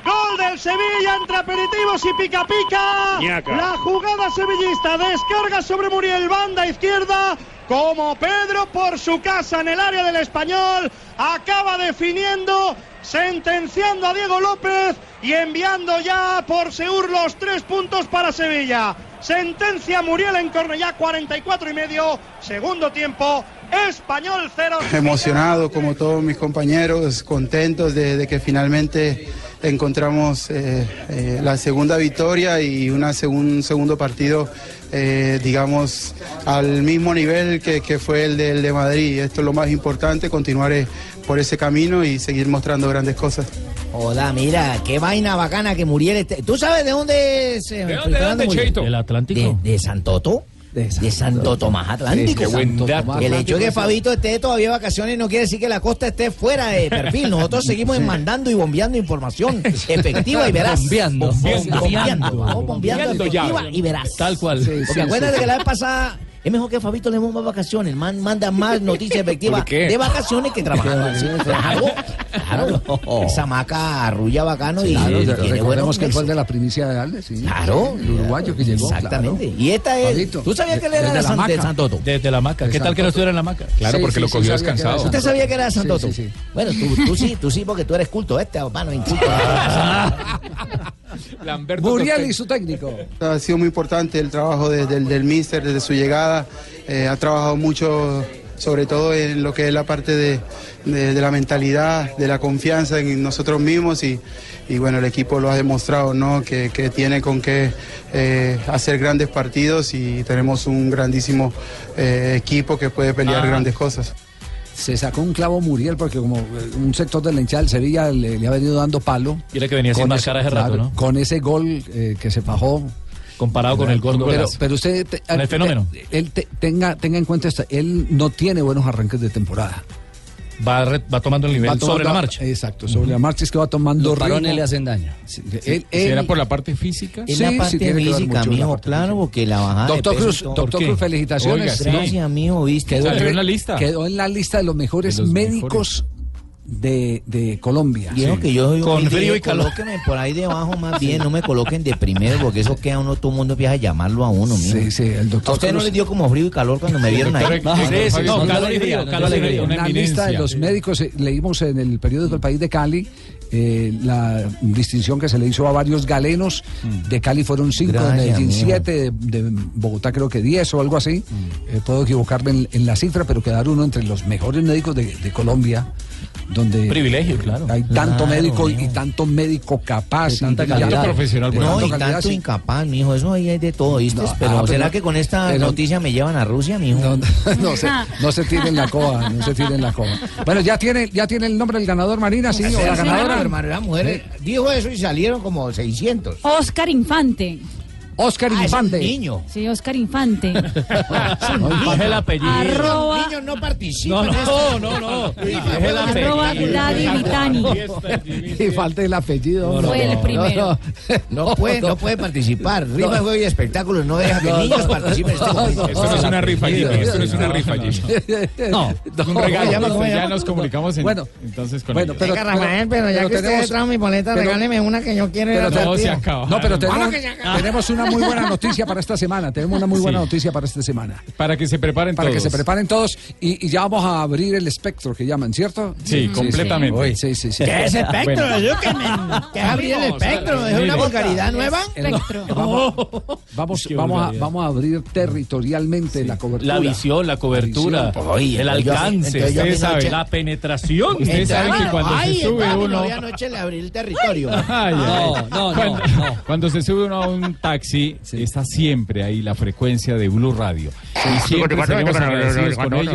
Gol del Sevilla entre aperitivos y pica pica.
Ñaca.
La jugada sevillista descarga sobre Muriel, banda izquierda. Como Pedro por su casa en el área del español, acaba definiendo, sentenciando a Diego López y enviando ya por Seur los tres puntos para Sevilla. Sentencia Muriel en Cornellá 44 y medio, segundo tiempo, español 0.
emocionado como todos mis compañeros, contentos de, de que finalmente encontramos eh, eh, la segunda victoria y una segun- un segundo partido, eh, digamos, al mismo nivel que, que fue el del de Madrid. Esto es lo más importante, continuar eh, por ese camino y seguir mostrando grandes cosas.
Hola, mira, qué vaina bacana que Muriel este. ¿Tú sabes de dónde es? eh, ¿De
dónde, Cheito?
¿Del Atlántico? ¿De, de Santoto? De, Santo Tomás Atlántico.
Qué buen
Santo
dato.
Tomás El hecho de que
Atlántico,
Fabito esté todavía de vacaciones no quiere decir que la costa esté fuera de perfil. Nosotros seguimos mandando y bombeando información efectiva y verás.
Bombeando.
Bombeando.
Bombeando.
Vamos bombeando
Bombeando
efectiva
ya.
y verás.
Tal cual. Sí,
Porque
sí,
acuérdate
sí.
que la vez pasada. Es mejor que Fabito le demos más vacaciones. El man manda más noticias efectivas
¿Por qué?
de vacaciones que trabajando.
Sí,
Claro. Claro, esa maca arrulla bacano y,
Claro,
y tiene
recordemos
buenos
que él fue el
meses.
de la primicia de Alde, sí.
Claro.
El uruguayo que llegó.
Exactamente. Y esta es. ¿Tú sabías que él era de, San- de Santoto?
Desde la maca. ¿Qué tal que no estuviera en la maca?
Claro, porque lo cogió descansado.
¿Usted sabía que era de
Sí,
Santoto?
sí, sí.
Bueno, tú, tú sí, tú sí, porque tú eres culto. Este, hermano, inculto.
Muriel y su técnico.
Ha sido muy importante el trabajo de- del, del míster desde su llegada. Eh, ha trabajado mucho, sobre todo en lo que es la parte de, de- de la mentalidad, de la confianza en nosotros mismos. Y, y bueno, el equipo lo ha demostrado, ¿no? Que, que tiene con qué eh, hacer grandes partidos y tenemos un grandísimo eh, equipo que puede pelear
Ah.
grandes cosas.
Se sacó un clavo Muriel porque como eh, un sector de la hinchada del Sevilla le, le ha venido dando palo.
Y era que venía sin
Con
marcar
ese-
hace rato,
claro,
¿no?
Con ese gol eh, que se fajó
comparado con el gordo.
Pero,
Velasco.
pero usted te-
Con el fenómeno.
te- él te- tenga, tenga en cuenta esta, él no tiene buenos arranques de temporada.
Va, re- va tomando el nivel
Va tomando-
sobre la marcha.
Exacto, sobre la marcha es que va tomando
Los varones
ritmo.
le hacen daño.
Sí,
Sí,
él-
¿será
él-
por la parte física?
Sí, sí, tiene que ver mucho la parte
claro, porque la bajada.
Doctor Cruz, doctor Cruz, felicitaciones.
Gracias, mijo, viste.
Quedó, entre- quedó en la lista de los mejores médicos De, de Colombia.
Quiero que yo soy un líder, Colóquenme por ahí debajo más bien, no me coloquen de primero, porque eso queda uno, todo el mundo empieza a llamarlo a uno, mijo.
Sí, sí, el doctor
¿A usted no
Cruz-
le dio como frío y calor cuando me vieron ahí?
Una lista de los médicos, eh, leímos en el periódico El País de Cali eh, la distinción que se le hizo a varios galenos. De Cali fueron cinco, de
Gracias,
Medellín
mijo.
siete, de, de Bogotá creo que diez o algo así. Eh, puedo equivocarme en, en la cifra, pero quedar uno entre los mejores médicos de, de Colombia. Donde
Privilegio, claro.
Hay tanto
Claro,
médico y tanto médico capaz. y tanto-
No, y
calidad,
tanto
sí.
incapaz, mijo, eso ahí hay de todo, ¿viste?
No,
pero,
ah, pero-
¿será que con esta
pero-
noticia me llevan a Rusia, mijo?
No se, no se tiren la coba, no se tiren la coba. Bueno, ya tiene, ya tiene el nombre del ganador, Marina, sí, o la ganadora.
hermano, las mujeres dijo eso y salieron como 600.
Oscar Infante.
Oscar
Ah, es un
Infante.
niño.
Sí, Oscar Infante.
Es el apellido.
Arroba-
Los niños no participan.
No,
en
no,
esto.
no, no.
Uy,
Es el apellido.
Arroba Daddy Vitani.
Y falta el apellido.
Fue el primero.
No,
No puede, no puede participar. Rifa, juego y espectáculos no deja que
No,
niños
no,
participen. en este
no,
momento.
Esto no es una rifa, Jimmy. Esto no es una rifa, Jimmy.
No,
Un regalo. Ya nos comunicamos en,
Bueno,
entonces con
bueno,
ellos.
pero-
Venga, Rafael, pero ya
pero
que
tenemos-
ustedes traen mi boleta,
pero-
regáleme una que yo quiero ir
Pero
al
te-
partido.
No, pero tenemos,
Vamos que se acaba.
tenemos una muy buena noticia para esta semana. Tenemos una muy buena
Sí.
noticia para esta semana.
Para que se preparen
Para
todos.
que se preparen todos y, y ya vamos a abrir el espectro que llaman, ¿cierto?
Sí, completamente.
Uy, Sí, sí, sí.
¿Qué es espectro? Bueno.
¿Qué es abrir el espectro? ¿Es una vulgaridad nueva?
Espectro. Vamos, vamos,
Qué
vamos, a,
barbaridad.
vamos a abrir territorialmente la cobertura.
La visión, la cobertura,
visión. Oye,
el
entonces yo-
alcance,
entonces yo
ustedes
a mi noche-
saben, la penetración.
Entonces,
ah,
claro, ay, hermano,
uno-
hoy anoche le abrí el territorio.
Ay,
No,
ay.
no, no,
Ah, cuando, cuando se sube uno a un taxi, está siempre ahí la frecuencia de Blue Radio. Y siempre estaremos agradecidos con ellos.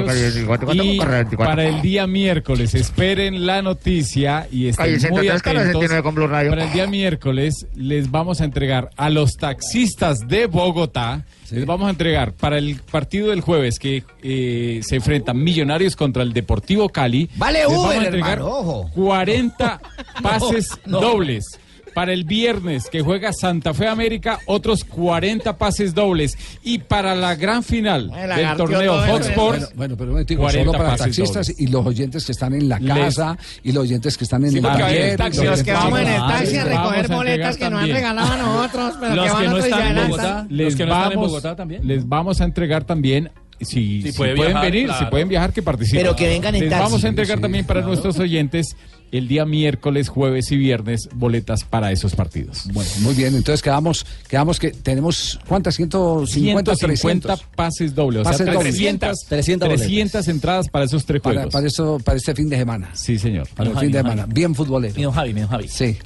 Y para el día miércoles, esperen la noticia y estén
Ay, se
muy
encontró escala, se
atentos.
tiene con Blue Radio.
Para el día miércoles, les vamos a entregar a los taxistas de Bogotá. Les vamos a entregar para el partido del jueves que eh, se enfrentan Millonarios contra el Deportivo Cali.
Vale
les vamos
Uber,
a entregar
hermano, ojo.
40 pases
no.
dobles. Para el viernes que juega Santa Fe América, otros 40 pases dobles. Y para la gran final
El
del torneo Fox Sports,
Bueno, bueno, pero un momentico,
40
solo para
pases
taxistas
dobles.
y los oyentes que están en la
Les-
casa y los oyentes que están en
Sí,
el
porque va a haber
taller.
taxis,
y
los que
oyentes-
vamos en el
Ah,
taxi a
sí,
recoger
vamos
boletas
entregar
que nos han
también.
regalado.
Estaban otros, pero
los
que
que
van
no
otros y
están en
adelantan.
Bogotá,
Los
les
que no están en
vamos-
Bogotá también.
les vamos a entregar también si, si
puede
pueden
viajar,
venir, si
claro.
pueden viajar que participen.
Pero que vengan en
les
taxi.
Vamos a entregar
Sí,
también para
claro.
nuestros oyentes el día miércoles, jueves y viernes boletas para esos partidos.
Bueno, muy bien, entonces quedamos, quedamos que tenemos, ¿cuántas? 150,
150
300.
pases dobles, o sea,
Pases dobles.
300,
300 boletas.
300 entradas para esos tres
Para,
juegos.
para eso, para este fin de semana.
Sí, señor.
Para el
Don
fin de
Javi, don
semana. Bien futbolero. Mío
Javi, mío Javi.
Sí.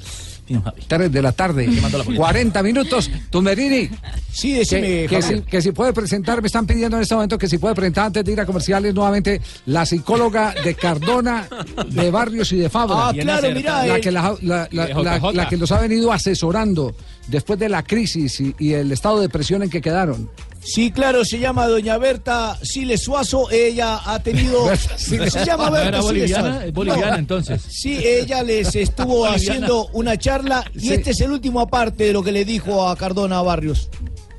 Tres de la tarde.
mando la policía.
40 minutos. Tumerini.
Sí, decime,
que, que
Javier.
si, que si puede presentar, me están pidiendo en este momento que si puede presentar antes de ir a comerciales nuevamente la psicóloga de Cardona, de Barrios y de Fabra.
Ah, Bien claro, acertado. mirá,
La
el-
que, la- la- la-
de
la-
JJ.
la que los ha venido asesorando después de la crisis y, y el estado de presión en que quedaron.
Sí, claro, se llama doña Berta Siles Suazo. Ella ha tenido.
Berta Siles
se llama
Ah, ¿No era
Berta Siles
boliviana?
Suazo.
Es boliviana,
No.
entonces.
Sí, ella les estuvo
Boliviana.
haciendo una charla y este es el último aparte de lo que le dijo a Cardona Barrios.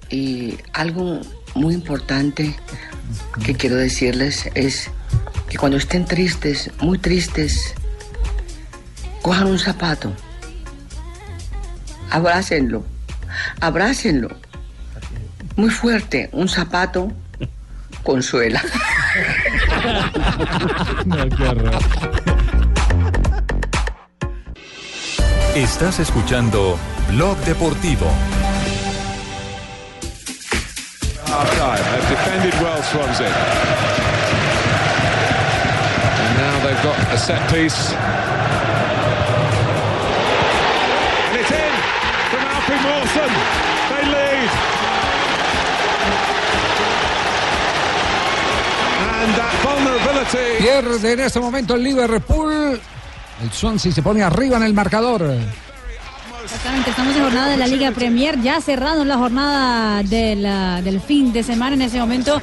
Y algo muy importante que quiero decirles es que cuando estén tristes, muy tristes, cojan un zapato, abrácenlo, abrácenlo, muy fuerte, un zapato consuela.
Estás escuchando Blog Deportivo.
half-time have Ah, defended well Swansea. And now they've got a set piece. And it's in from Alfie Mawson. They lead. And that vulnerability.
Pierde en este momento el Liverpool. El Swansea se pone arriba en el marcador.
Exactamente, estamos en jornada de la Liga Premier, ya cerrando la jornada de la- del fin de semana. En ese momento,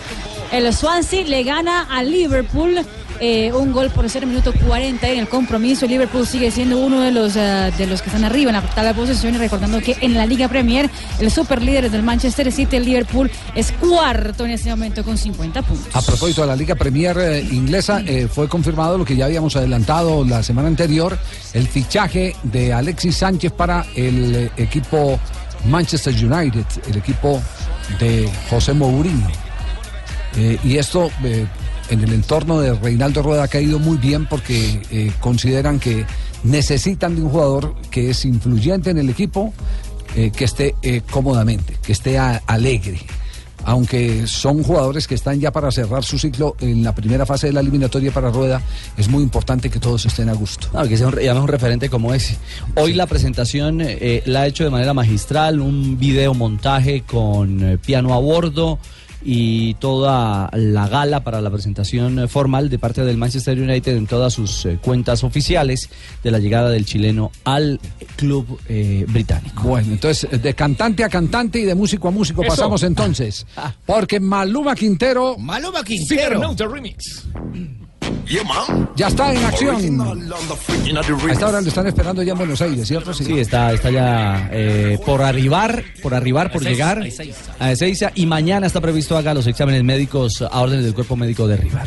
el Swansea le gana a Liverpool eh, un gol por 0 minuto 40 en el compromiso. El Liverpool sigue siendo uno de los, ah, de los que están arriba en la tabla de posiciones, recordando que en la Liga Premier, el superlíder del Manchester City, el Liverpool, es cuarto en ese momento con 50 puntos.
A propósito de la Liga Premier eh, inglesa, eh, fue confirmado lo que ya habíamos adelantado la semana anterior, el fichaje de Alexis Sánchez para el eh, equipo Manchester United, el equipo de José Mourinho. Eh, y esto eh, en el entorno de Reinaldo Rueda ha caído muy bien porque eh, consideran que necesitan de un jugador que es influyente en el equipo, eh, que esté eh, cómodamente, que esté a- alegre. Aunque son jugadores que están ya para cerrar su ciclo en la primera fase de la eliminatoria para Rueda, es muy importante que todos estén a gusto.
Claro, que sea un, y además un referente como ese. Hoy la presentación eh, la ha hecho de manera magistral, un video montaje con eh, piano a bordo y toda la gala para la presentación eh, formal de parte del Manchester United en todas sus eh, cuentas oficiales de la llegada del chileno al club eh, británico.
Bueno, entonces eh, de cantante a cantante y de músico a músico
Eso.
pasamos entonces. Porque Maluma Quintero.
Maluma
Cibernauta Remix.
Ya está en acción. A esta hora lo están esperando ya en Buenos Aires, ¿cierto?
Sí, está, está ya eh, por arribar, por arribar, por llegar a Ezeiza y mañana está previsto haga los exámenes médicos a órdenes del cuerpo médico de River.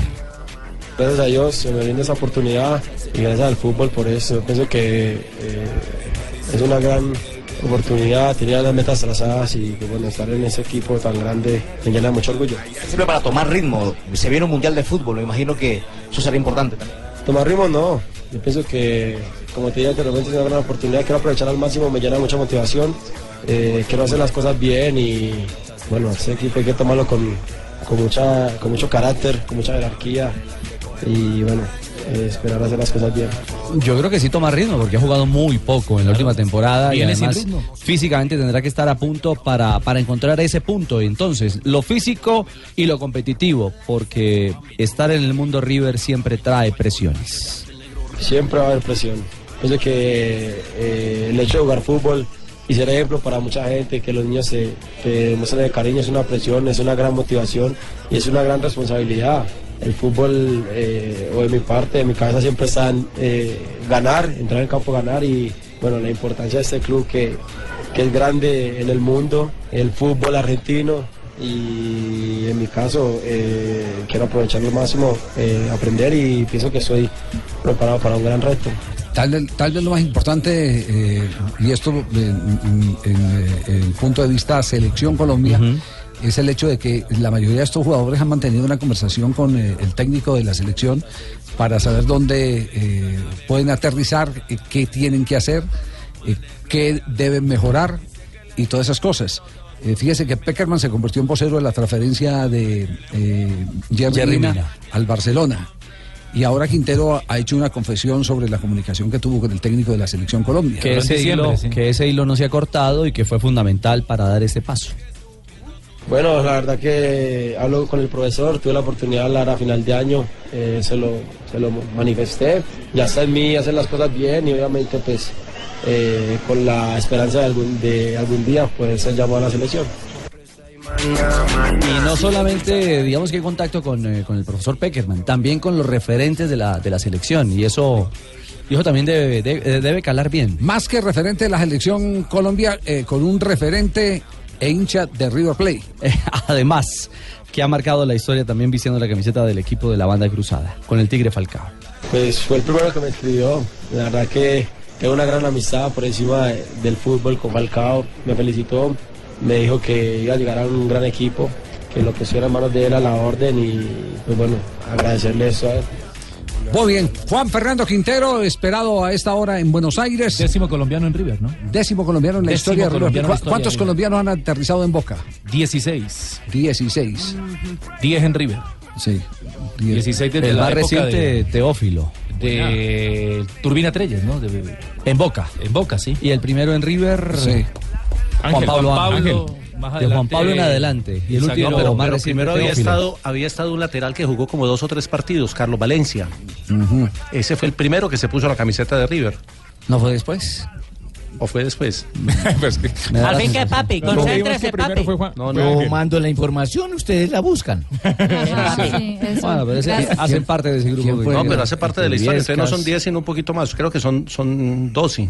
Gracias a Dios se me brinda esa oportunidad y gracias al fútbol por eso. Pienso que eh, es una gran oportunidad, tenía las metas trazadas y que, bueno, estar en ese equipo tan grande me llena de mucho orgullo.
Siempre para tomar ritmo. Se viene un mundial de fútbol, me imagino que eso será importante también.
Tomar ritmo no, yo pienso que como te digo que realmente es una gran oportunidad, quiero aprovechar al máximo, me llena de mucha motivación, eh, quiero hacer las cosas bien y bueno, ese equipo hay que tomarlo con, con mucha, con mucho carácter, con mucha jerarquía y bueno, eh, esperar hacer las cosas bien.
Yo creo que sí toma ritmo porque ha jugado muy poco en la última temporada y
Viene sin
además
ritmo.
físicamente tendrá que estar a punto para, para encontrar ese punto. Y Entonces, lo físico y lo competitivo, porque estar en el mundo River siempre trae presiones.
Siempre va a haber presión. Pienso que eh, el hecho de jugar fútbol y ser ejemplo para mucha gente, que los niños se te demuestren el cariño, es una presión, es una gran motivación y es una gran responsabilidad. El fútbol, eh, o de mi parte, de mi cabeza siempre está en, eh, ganar, entrar en campo, ganar y bueno, la importancia de este club que, que es grande en el mundo, el fútbol argentino y en mi caso eh, quiero aprovechar lo máximo, eh, aprender y pienso que soy preparado para un gran reto.
Tal vez, tal vez lo más importante, eh, y esto eh, en, en, eh, el punto de vista selección Colombia, es el hecho de que la mayoría de estos jugadores han mantenido una conversación con eh, el técnico de la selección para saber dónde eh, pueden aterrizar, eh, qué tienen que hacer, eh, qué deben mejorar y todas esas cosas. Eh, fíjese que Peckerman se convirtió en vocero de la transferencia de eh, Jerry,
Jerry
Mina
Mina.
al Barcelona. Y ahora Quintero ha hecho una confesión sobre la comunicación que tuvo con el técnico de la selección Colombia.
Que ese, hilo, que ese hilo no se ha cortado y que fue fundamental para dar ese paso.
Bueno, la verdad que hablo con el profesor, tuve la oportunidad de hablar a final de año, eh, se, lo, se lo manifesté, ya está en mí hacer las cosas bien y obviamente pues eh, con la esperanza de algún, de algún día poder ser llamado a la selección.
Y no solamente, digamos que hay contacto con, eh, con el profesor Peckerman, también con los referentes de la, de la selección. Y eso, y eso también debe, debe, debe calar bien.
Más que referente de la selección Colombia, eh, con un referente e hincha de River Plate.
Eh, Además, que ha marcado la historia también vistiendo la camiseta del equipo de la banda cruzada, con el Tigre Falcao.
Pues fue el primero que me escribió. La verdad que tengo una gran amistad por encima de- del fútbol con Falcao. Me felicitó, me dijo que iba a llegar a un gran equipo, que lo que estuviera en manos de él era la orden y pues bueno, agradecerle eso a él.
Muy bien, Juan Fernando Quintero, esperado a esta hora en Buenos Aires. Décimo colombiano en River, ¿no? Décimo colombiano en la
Décimo
historia de River.
colombiano en la
¿Cu-
historia
¿Cuántos
de River.
colombianos han aterrizado en Boca?
16.
16.
10 en River.
Sí.
16 desde
el
la
más
época
reciente, Teófilo.
de, de Turbina Trelles, ¿no? De-
En Boca.
En Boca, sí.
Y el primero en River. eh,
Sí.
Juan
Ángel,
Pablo,
Juan Pablo,
Ángel.
más
de Juan
adelante,
Pablo en adelante. Y el
Exacto,
último,
no, pero-
más
pero
reciente,
Primero había
Teófilo.
estado, había estado un lateral que jugó como dos o tres partidos, Carlos
Mm-hmm.
Valencia. Ese fue el primero que se puso la camiseta de River.
¿No fue después? Pues
¿O fue después?
Al fin que papi,
No, digamos
concéntrese
que primero
papi.
fue Juan- fue
No, no
Ángel.
mando la información, ustedes la buscan.
Bueno, pero ese-
Gracias.
hacen parte de ese grupo.
¿Quién fue?
No, pero hace parte de la historia.
Viescas.
Ustedes no son 10, sino un poquito más. Creo que son, son 12.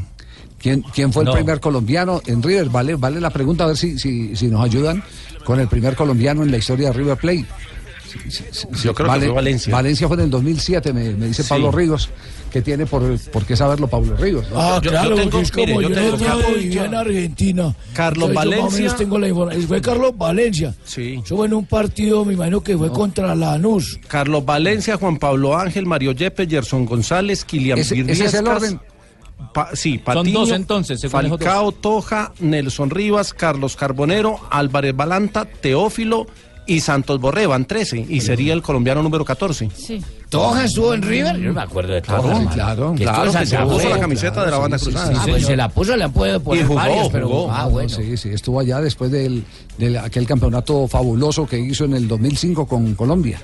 ¿Quién, quién fue el primer colombiano en River? Vale, vale la pregunta a ver si, si, si nos ayudan con el primer colombiano en la historia de River Plate. Sí, sí, sí, sí.
creo que fue Valencia.
Valencia fue en el 2007, me, me dice
Sí.
Pablo Ríos, que tiene por, por qué saberlo Pablo Ríos. ¿no?
Ah, claro, porque es como yo, no
Carlos-
tengo vivió en Argentina.
Carlos
Entonces, yo más o
Valencia.
menos tengo la información. Fue Carlos Valencia.
Sí.
Yo en un partido, me imagino que fue contra Lanús.
Carlos Valencia, Juan Pablo Ángel, Mario Yepes, Gerson González, Kilian
Ese- ese es
Viescas,
el orden.
Pa- sí,
Son
Patiño,
dos entonces, según esos dos.
Falcao Toja, Nelson Rivas, Carlos Carbonero, Álvarez Balanta, Teófilo y Santos Borré, van 13 y sería el colombiano número 14.
Sí.
¿Toja estuvo en River? Yo no me
acuerdo
de
Claro,
Toja,
sí,
hermano.
claro,
Que
claro,
estuvo
que se
Santa
puso
Fe,
la camiseta
claro,
de la
sí,
banda
sí,
cruzada.
sí, Ah, pues se la puso, le han podido poner
jugó,
varias, pero
jugó.
ah, bueno.
Sí, sí, estuvo allá después del, del aquel campeonato fabuloso que hizo en el 2005 con Colombia.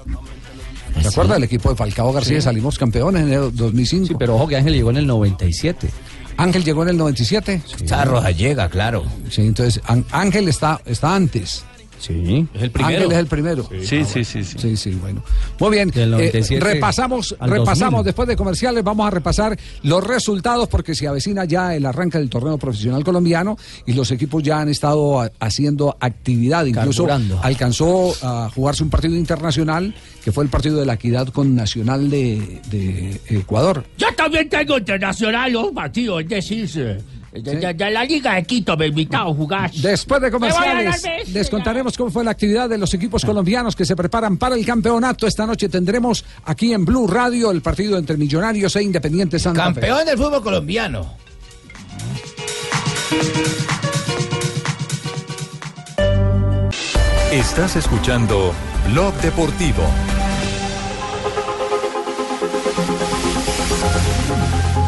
¿Te acuerdas del equipo de Falcao García?
Sí.
Salimos campeones en el 2005. Sí,
pero ojo que Ángel llegó en el 97.
Ángel llegó en el 97.
Charro llega, claro.
Sí, entonces Á- Ángel está, está antes.
Sí.
Es el Ángel es el primero.
ah,
Sí, sí, sí, sí.
Sí, sí, bueno. Muy bien.
Del
Eh,
97
repasamos,
al
repasamos
2000.
después de comerciales, vamos a repasar los resultados porque se avecina ya el arranque del torneo profesional colombiano y los equipos ya han estado ha- haciendo actividad, incluso
Carburando.
alcanzó a jugarse un partido internacional que fue el partido de la equidad con Nacional de, de Ecuador.
Yo también tengo internacional los partidos, es decir, eh, de, de- de la Liga de Quito me invitaron a jugar.
Después de
Me voy a
comerciales,
dar beso,
les contaremos cómo fue la actividad de los equipos colombianos que se preparan para el campeonato. Esta noche tendremos aquí en Blue Radio el partido entre Millonarios e Independiente Santa Fe.
Campeón del fútbol colombiano.
Estás escuchando Blog Deportivo.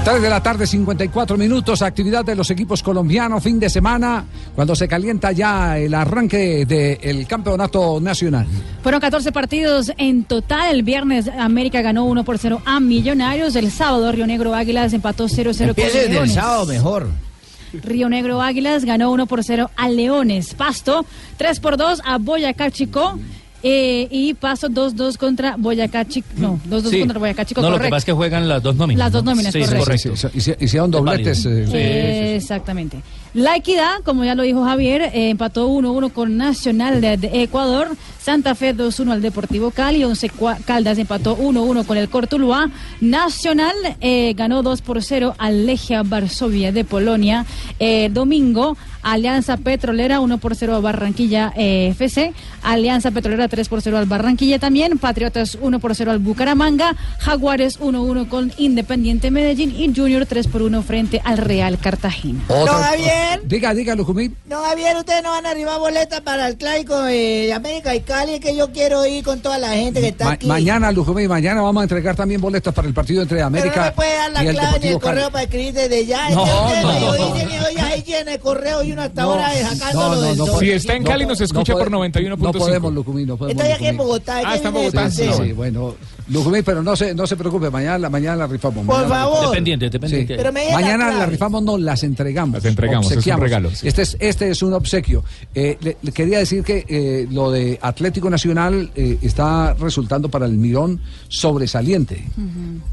Tres de la tarde, 54 minutos, actividad de los equipos colombianos, fin de semana, cuando se calienta ya el arranque del campeonato nacional.
Fueron 14 partidos en total. El viernes América ganó 1 por 0 a Millonarios. El sábado Río Negro Águilas empató 0-0 con
Empiece desde el
Leones.
sábado mejor.
Río Negro Águilas ganó 1 por 0 a Leones. Pasto 3 por 2 a Boyacá Chico. eh, y Pasto 2-2 contra Boyacá Chico. No, 2-2
Sí.
contra Boyacá Chico,
No, lo que pasa es
correcto.
que juegan las dos nóminas.
Las dos
¿no?
nóminas,
Sí,
correcto.
correcto.
Hicieron dobletes. eh,
Exactamente. La Equidad, como ya lo dijo Javier, eh, empató 1-1 con Nacional de, de Ecuador, Santa Fe 2-1 al Deportivo Cali, Once Cua- Caldas empató 1-1 con el Cortuluá, Nacional eh, ganó 2 por 0 al Legia Varsovia de Polonia, Eh, domingo Alianza Petrolera 1 por 0 a Barranquilla eh, FC, Alianza Petrolera 3 por 0 al Barranquilla también, Patriotas 1 por 0 al Bucaramanga, Jaguares 1-1 con Independiente Medellín y Junior 3 por 1 frente al Real Cartagena.
Don Javier.
Diga, diga, Lucumí.
No, Javier, ustedes no van a arribar boletas para el clásico de América y Cali, que yo quiero ir con toda la gente que está
ma-
aquí.
mañana, Lucumí, mañana vamos a entregar también boletas para el partido entre
Pero no me
América
puede dar la
y el
clave ni el
Deportivo Cali.
correo para escribir desde ya. Este
No,
Entonces,
no,
yo
no.
hice mi- oye, ahí llena el correo y uno hasta ahora sacándolo
No, no, no
del sol.
podemos. No, no pode- No podemos, Lucumí, no podemos.
Estoy aquí en
Lucumí.
Bogotá. aquí en el
Ah, Sí, sí,
paseo.
sí, bueno. Lucumí, pero no se, no se preocupe, mañana, la- mañana la rifamos.
Por
mañana la
favor.
rifamos.
Dependiente,
dependiente. Pero me den las
mañana la
claves.
rifamos, no, las entregamos. Las
entregamos, es un regalo, sí.
Este, es, este es un obsequio. Eh, le, le quería decir que eh, lo de Atlético Nacional eh, está resultando para el Mirón sobresaliente.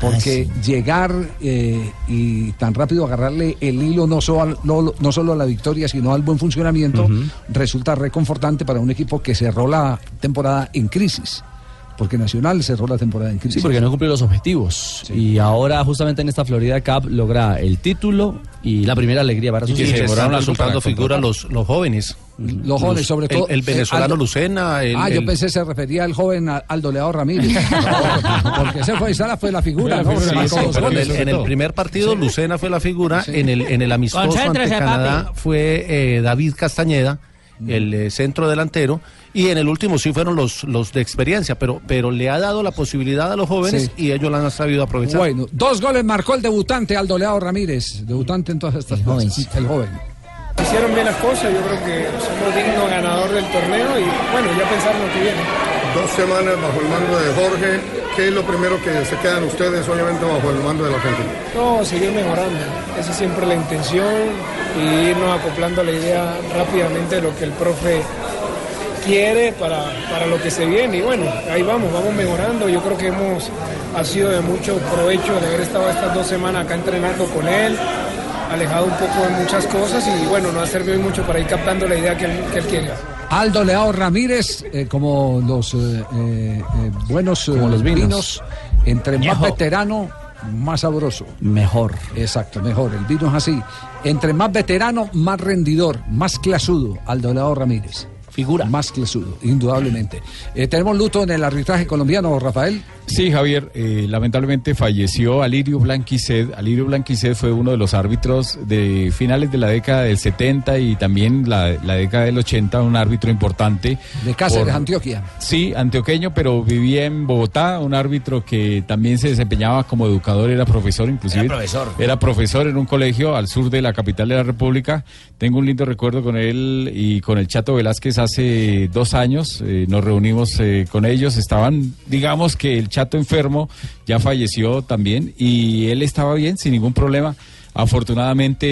Porque llegar eh, y tan rápido agarrarle el hilo no solo, al- no, no solo a la victoria, sino al buen funcionamiento, resulta reconfortante para un equipo que cerró la temporada en crisis. Porque Nacional cerró la temporada en crisis.
Sí, porque no cumplió los objetivos. Y ahora, justamente en esta Florida Cup, logra el título y la primera alegría para
Y
sus
que se
hijos.
están resultando figuras los, los jóvenes.
Los jóvenes, sobre todo.
El, el venezolano
eh, Aldo-
Lucena. El,
ah, yo
el-
pensé se refería al joven a- Aldo Leao Ramírez. No, porque ese fue, esa la- fue la figura,
Sí,
¿no?
sí,
Se
sí,
marcó dos
pero en
goles.
el- en el primer partido Lucena fue la figura, en el en el amistoso ante
Concéntrese,
Canadá fue eh, David Castañeda, el eh, centro delantero, y en el último sí fueron los los de experiencia, pero pero le ha dado la posibilidad a los jóvenes y ellos la han sabido aprovechar.
Bueno, dos goles marcó el debutante Aldo Leao Ramírez. Debutante en todas estas cosas. El joven.
Hicieron bien las cosas, yo creo que somos dignos ganador del torneo y bueno, ya pensar lo que viene.
Dos semanas bajo el mando de Jorge,
¿Qué es lo primero que se quedan ustedes, obviamente, bajo el mando de la gente?
No, seguir mejorando. Esa es siempre la intención y irnos acoplando a la idea rápidamente de lo que el profe quiere para, para lo que se viene. Y bueno, ahí vamos, vamos mejorando. Yo creo que hemos ha sido de mucho provecho el haber estado estas dos semanas acá entrenando con él, alejado un poco de muchas cosas y bueno, nos ha servido mucho para ir captando la idea que él, que él quiere.
Aldo Leao Ramírez, eh, como los eh, eh, eh, buenos eh,
los
vinos.
vinos.
entre más
Ñejo.
veterano, más sabroso. Mejor. Exacto, mejor. El vino es así. Entre más veterano, más rendidor, más clasudo. Aldo Leao Ramírez. Figura. Más clasudo, indudablemente. Eh, tenemos luto en el arbitraje colombiano, Rafael.
Sí, Javier, eh, lamentablemente falleció Alirio Blanquised. Alirio Blanquised fue uno de los árbitros de finales de la década del 70 y también la, la década del 80, un árbitro importante.
De Cáceres,
Por-
Antioquia.
Sí, antioqueño, pero vivía en Bogotá, un árbitro que también se desempeñaba como educador, era profesor inclusive.
Era profesor.
Era profesor en un colegio al sur de la capital de la República. Tengo un lindo recuerdo con él y con el Chato Velázquez hace dos años. eh, nos reunimos eh, con ellos. Estaban, digamos que el Chato enfermo ya falleció también y él estaba bien, sin ningún problema. Afortunadamente,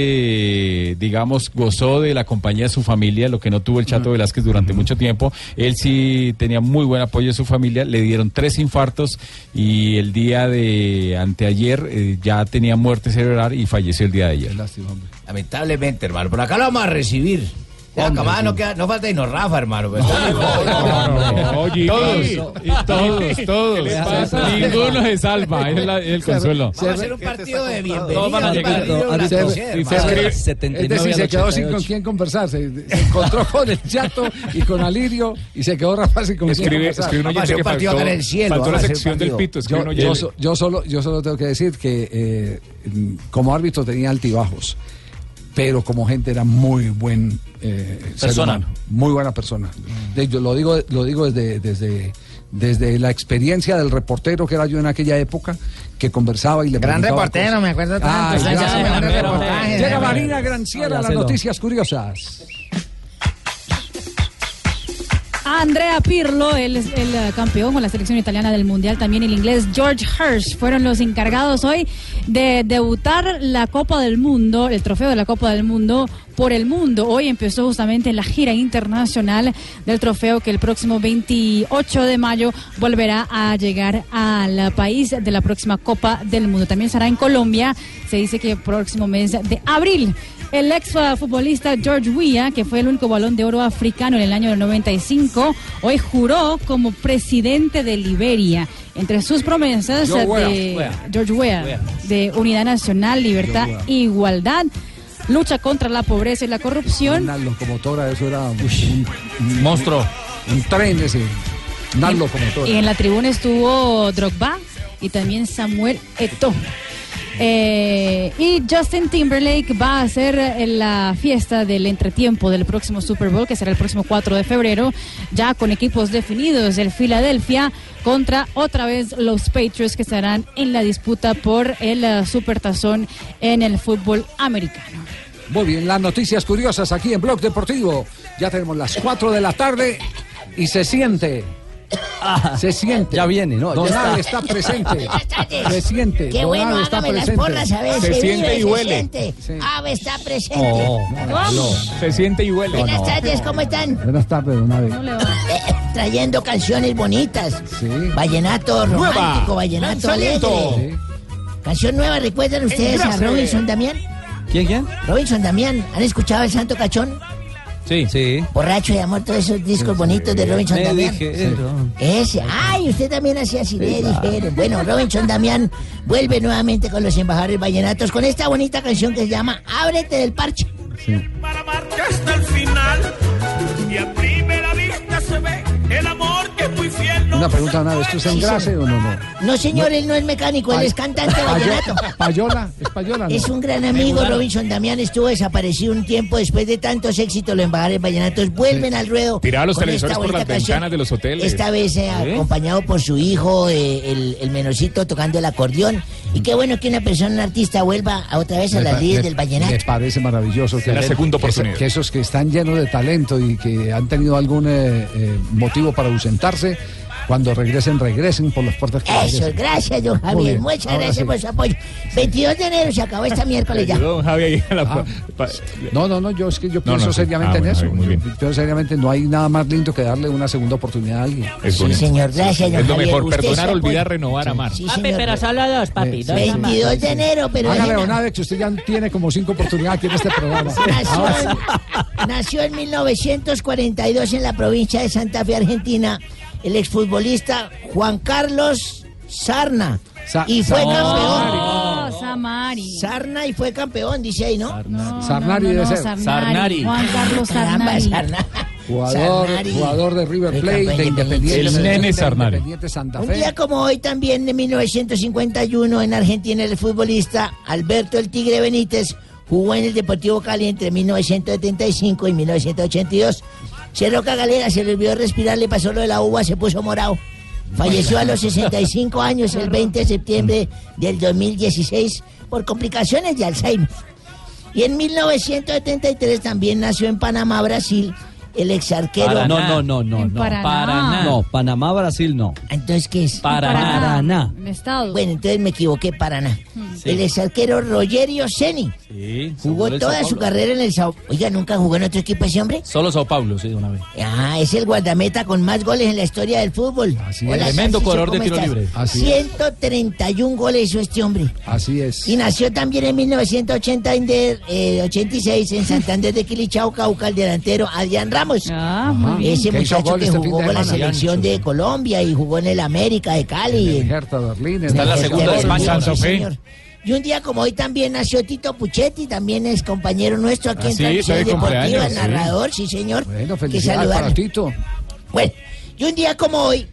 eh, digamos, gozó de la compañía de su familia, lo que no tuvo el Chato Velázquez durante mucho tiempo. Él sí tenía muy buen apoyo de su familia, le dieron tres infartos y el día de anteayer eh, ya tenía muerte cerebral y falleció el día de ayer.
Lamentablemente, hermano. Por acá lo vamos a recibir. Ya, acabada, no, queda, no falta y nos Rafa, hermano. pero
Todos, todos, todos. Ninguno se salva, es, la- es el consuelo.
Vamos a hacer un partido de
Todos van a
bienvenida.
llegar. Árbitro, árbitro,
es
79
decir, se
al
quedó sin con
88.
quién conversar. Se, se encontró con el Chato y con Alirio y se quedó Rafa sin con quién
Escribe-
conversar.
escribe un oyente Vamos a hacer que un partido faltó- acá en el cielo, faltó la vamos a hacer sección un del partido. pito, escribe
Yo,
un
yo
oyente.
so- yo solo, yo solo tengo que decir que eh, mm, como árbitro tenía altibajos, pero como gente era muy buen eh, ser
Persona.
humano, muy buena persona. De- yo lo digo, lo digo desde, desde, desde la experiencia del reportero que era yo en aquella época, que conversaba y le
Gran
preguntaba
reportero,
cosas.
me acuerdo tanto.
Ah,
Ay,
gracias,
ya,
gran
hombre,
reportero.
hombre.
Llega
Hombre.
Marina Gran Sierra, las
Hágaselo.
noticias curiosas.
Andrea Pirlo, el, el eh, campeón con la selección italiana del Mundial, también el inglés George Hirsch, fueron los encargados hoy de debutar la Copa del Mundo, el trofeo de la Copa del Mundo por el mundo. Hoy empezó justamente la gira internacional del trofeo que el próximo 28 de mayo volverá a llegar al país de la próxima Copa del Mundo. También será en Colombia, se dice que el próximo mes de abril. El ex eh, futbolista George Weah, que fue el único balón de oro africano en el año del 95, hoy juró como presidente de Liberia. Entre sus promesas
George Weah.
de
Weah.
George Weah,
Weah.
de Unidad Nacional, Libertad
George
e Igualdad, lucha contra la pobreza y la corrupción.
Una locomotora, eso era un, monstruo. Un tren ese. Una locomotora.
Y en la tribuna estuvo Drogba y también Samuel Eto'o. Eh, y Justin Timberlake va a hacer eh, la fiesta del entretiempo del próximo Super Bowl, que será el próximo 4 de febrero, ya con equipos definidos, el Philadelphia contra otra vez los Patriots, que estarán en la disputa por el eh, Supertazón en el fútbol americano.
Muy bien, las noticias curiosas aquí en Blog Deportivo. Ya tenemos las 4 de la tarde y se siente. Se siente. Ah, Ya viene, ¿no?
ya
Donave
está.
está. presente.
Buenas tardes.
Se siente.
Qué bueno,
Donave está
hágame las
presente.
porras, a ver, Se se siente vive, y se huele. siente.
Ave está presente.
Oh,
¿Cómo?
Se siente y huele.
Buenas tardes, ¿cómo están? Eh,
Buenas tardes, Donave.
Trayendo canciones bonitas.
Sí.
Vallenato
Nueva.
romántico, vallenato
Lanzamiento.
alegre. Canción nueva, ¿recuerdan ustedes a
Enlace.
Robinson Damián?
¿Quién, quién?
Robinson Damián, ¿han escuchado el Santo Cachón?
Sí. Sí.
Borracho de amor, todos esos discos bonitos de Robinson
Me
Damián.
dije, eh, no.
Ese, ay, usted también hacía así, le dijeron. Bueno, Robinson Damián vuelve nuevamente con los embajadores vallenatos con esta bonita canción que se llama Ábrete del parche.
que hasta el final y a primera vista se ve el amor que es muy fiel.
Una pregunta, Donave, ¿esto es engrase o no? no?
No, señor, él no es mecánico, él
Ay.
es cantante vallenato.
Payola, es payola. ¿no?
Es un gran amigo, Robinson Damián estuvo desaparecido un tiempo después de tantos éxitos, los embajadores vallenatos vuelven al ruedo.
Tiraba los
con
televisores
esta
por las
bonita canción.
ventanas de los hoteles.
Esta vez eh, acompañado por su hijo, eh, el, el menorcito tocando el acordeón. Y qué bueno que una persona, un artista, vuelva a otra vez Pues a
Me
las
pa-
líderes
me-
del vallenato.
Me parece maravilloso que,
La segunda
que-
oportunidad.
que esos que están llenos de talento y que han tenido algún eh, eh, motivo para ausentarse Cuando regresen, regresen por las puertas que
Eso,
regresen.
gracias, don
Muy
Javier.
bien,
Muchas
ahora
gracias
sí.
por su apoyo. 22 de enero se acabó esta miércoles ya.
Ayudó don Javi ahí a la-
Ah.
pa-
No, no, no, yo es que yo
No,
pienso
no, sí.
seriamente
Ah,
en
bueno,
eso.
bien, muy
Yo
bien.
pienso seriamente, no hay nada más lindo que darle una segunda oportunidad a alguien.
Es Sí, bonito. señor, gracias,
don
Es lo
Javier.
mejor,
Usted
perdonar,
se apoya.
olvidar, renovar,
Sí,
amar.
Sí,
Papi,
señor.
pero solo dos, papi. dos nada más.
22 de enero, pero
Hágale,
dejen-
don Alex, usted ya tiene como cinco oportunidades aquí en este programa.
Nació en, nació en 1942 en la provincia de Santa Fe, Argentina, el exfutbolista Juan Carlos Sarna. y fue
Sa-
campeón.
Oh, Samari.
Sarna y fue campeón, dice ahí, ¿no?
Sarnari
no, no,
debe ser.
Sarnari. Sarnari. Juan Carlos
Caramba,
Sarnari.
Sarna.
Jugador,
Sarnari.
jugador de River Plate, de Independiente.
El
Santa
nene
Fe, de
Sarnari.
Independiente Santa
Un
Fe.
día como hoy también de 1951 en Argentina el futbolista Alberto el Tigre Benítez jugó en el Deportivo Cali entre 1975 y 1982. Cerró Cagalera, se le olvidó respirar, le pasó lo de la uva, se puso morado. Falleció a los 65 años el 20 de septiembre del 2016 por complicaciones de Alzheimer. Y en 1973 también nació en Panamá, Brasil, el exarquero.
Paraná. No, no, no, no, no.
Paraná.
No, Panamá, Brasil, no.
Entonces, ¿qué es?
Paraná. Paraná.
Bueno, entonces me equivoqué, Paraná. El ex arquero Rogerio Ceni
Sí,
jugó toda su carrera en el Sao Oiga, ¿nunca jugó en otro equipo ese hombre?
Solo Sao Paulo, sí, de una vez.
Ah, es el guardameta con más goles en la historia del fútbol.
es. Tremendo
Salsicho,
corredor de
¿cómo
tiro
estás?
libre. Así es.
131 goles hizo este hombre.
Así es.
Y nació también en eh, 1986 en Santander de Quilichao, Cauca, el delantero Adrián Ramos.
Ah, muy bien.
Ese
Que hizo
muchacho
gol
que
este fin
jugó
de
con la
semana.
selección de Colombia y jugó en el América de Cali.
En el Hertha Berlín.
Está en la segunda de España.
Santa
Sí,
Fe.
señor. Y un día como hoy también nació Tito Puchetti, también es compañero nuestro aquí
Ah,
en
sí,
Transmisiones
está de
Deportivas,
cumpleaños, sí.
narrador, sí, señor.
Bueno,
Que
felicidades para
saludarlo.
Tito.
Bueno, y un día como hoy,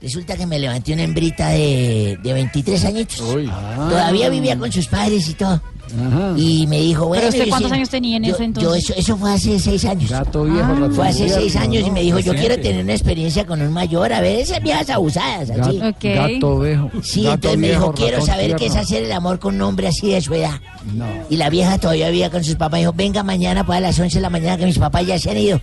resulta que me levanté una hembrita de, de 23 añitos.
Ah.
Todavía vivía con sus padres y todo. Y me dijo, bueno...
¿Pero usted
yo
cuántos
sí-
años tenía en
yo-
ese entonces?
yo eso, eso fue hace seis años.
viejo,
Ah.
ratón
fue hace
viejo,
seis años y
¿no?
me dijo, yo quiero
Reciente.
tener una experiencia con un mayor, a ver esas viejas abusadas, así.
Gato, gato viejo.
Sí,
Gato
entonces me
viejo,
dijo, quiero
ratón
saber qué es
tierno.
hacer el amor con un hombre así de su edad.
No.
Y la vieja todavía vivía con sus papás. Dijo, venga mañana para las 11 de la mañana que mis papás ya se han ido.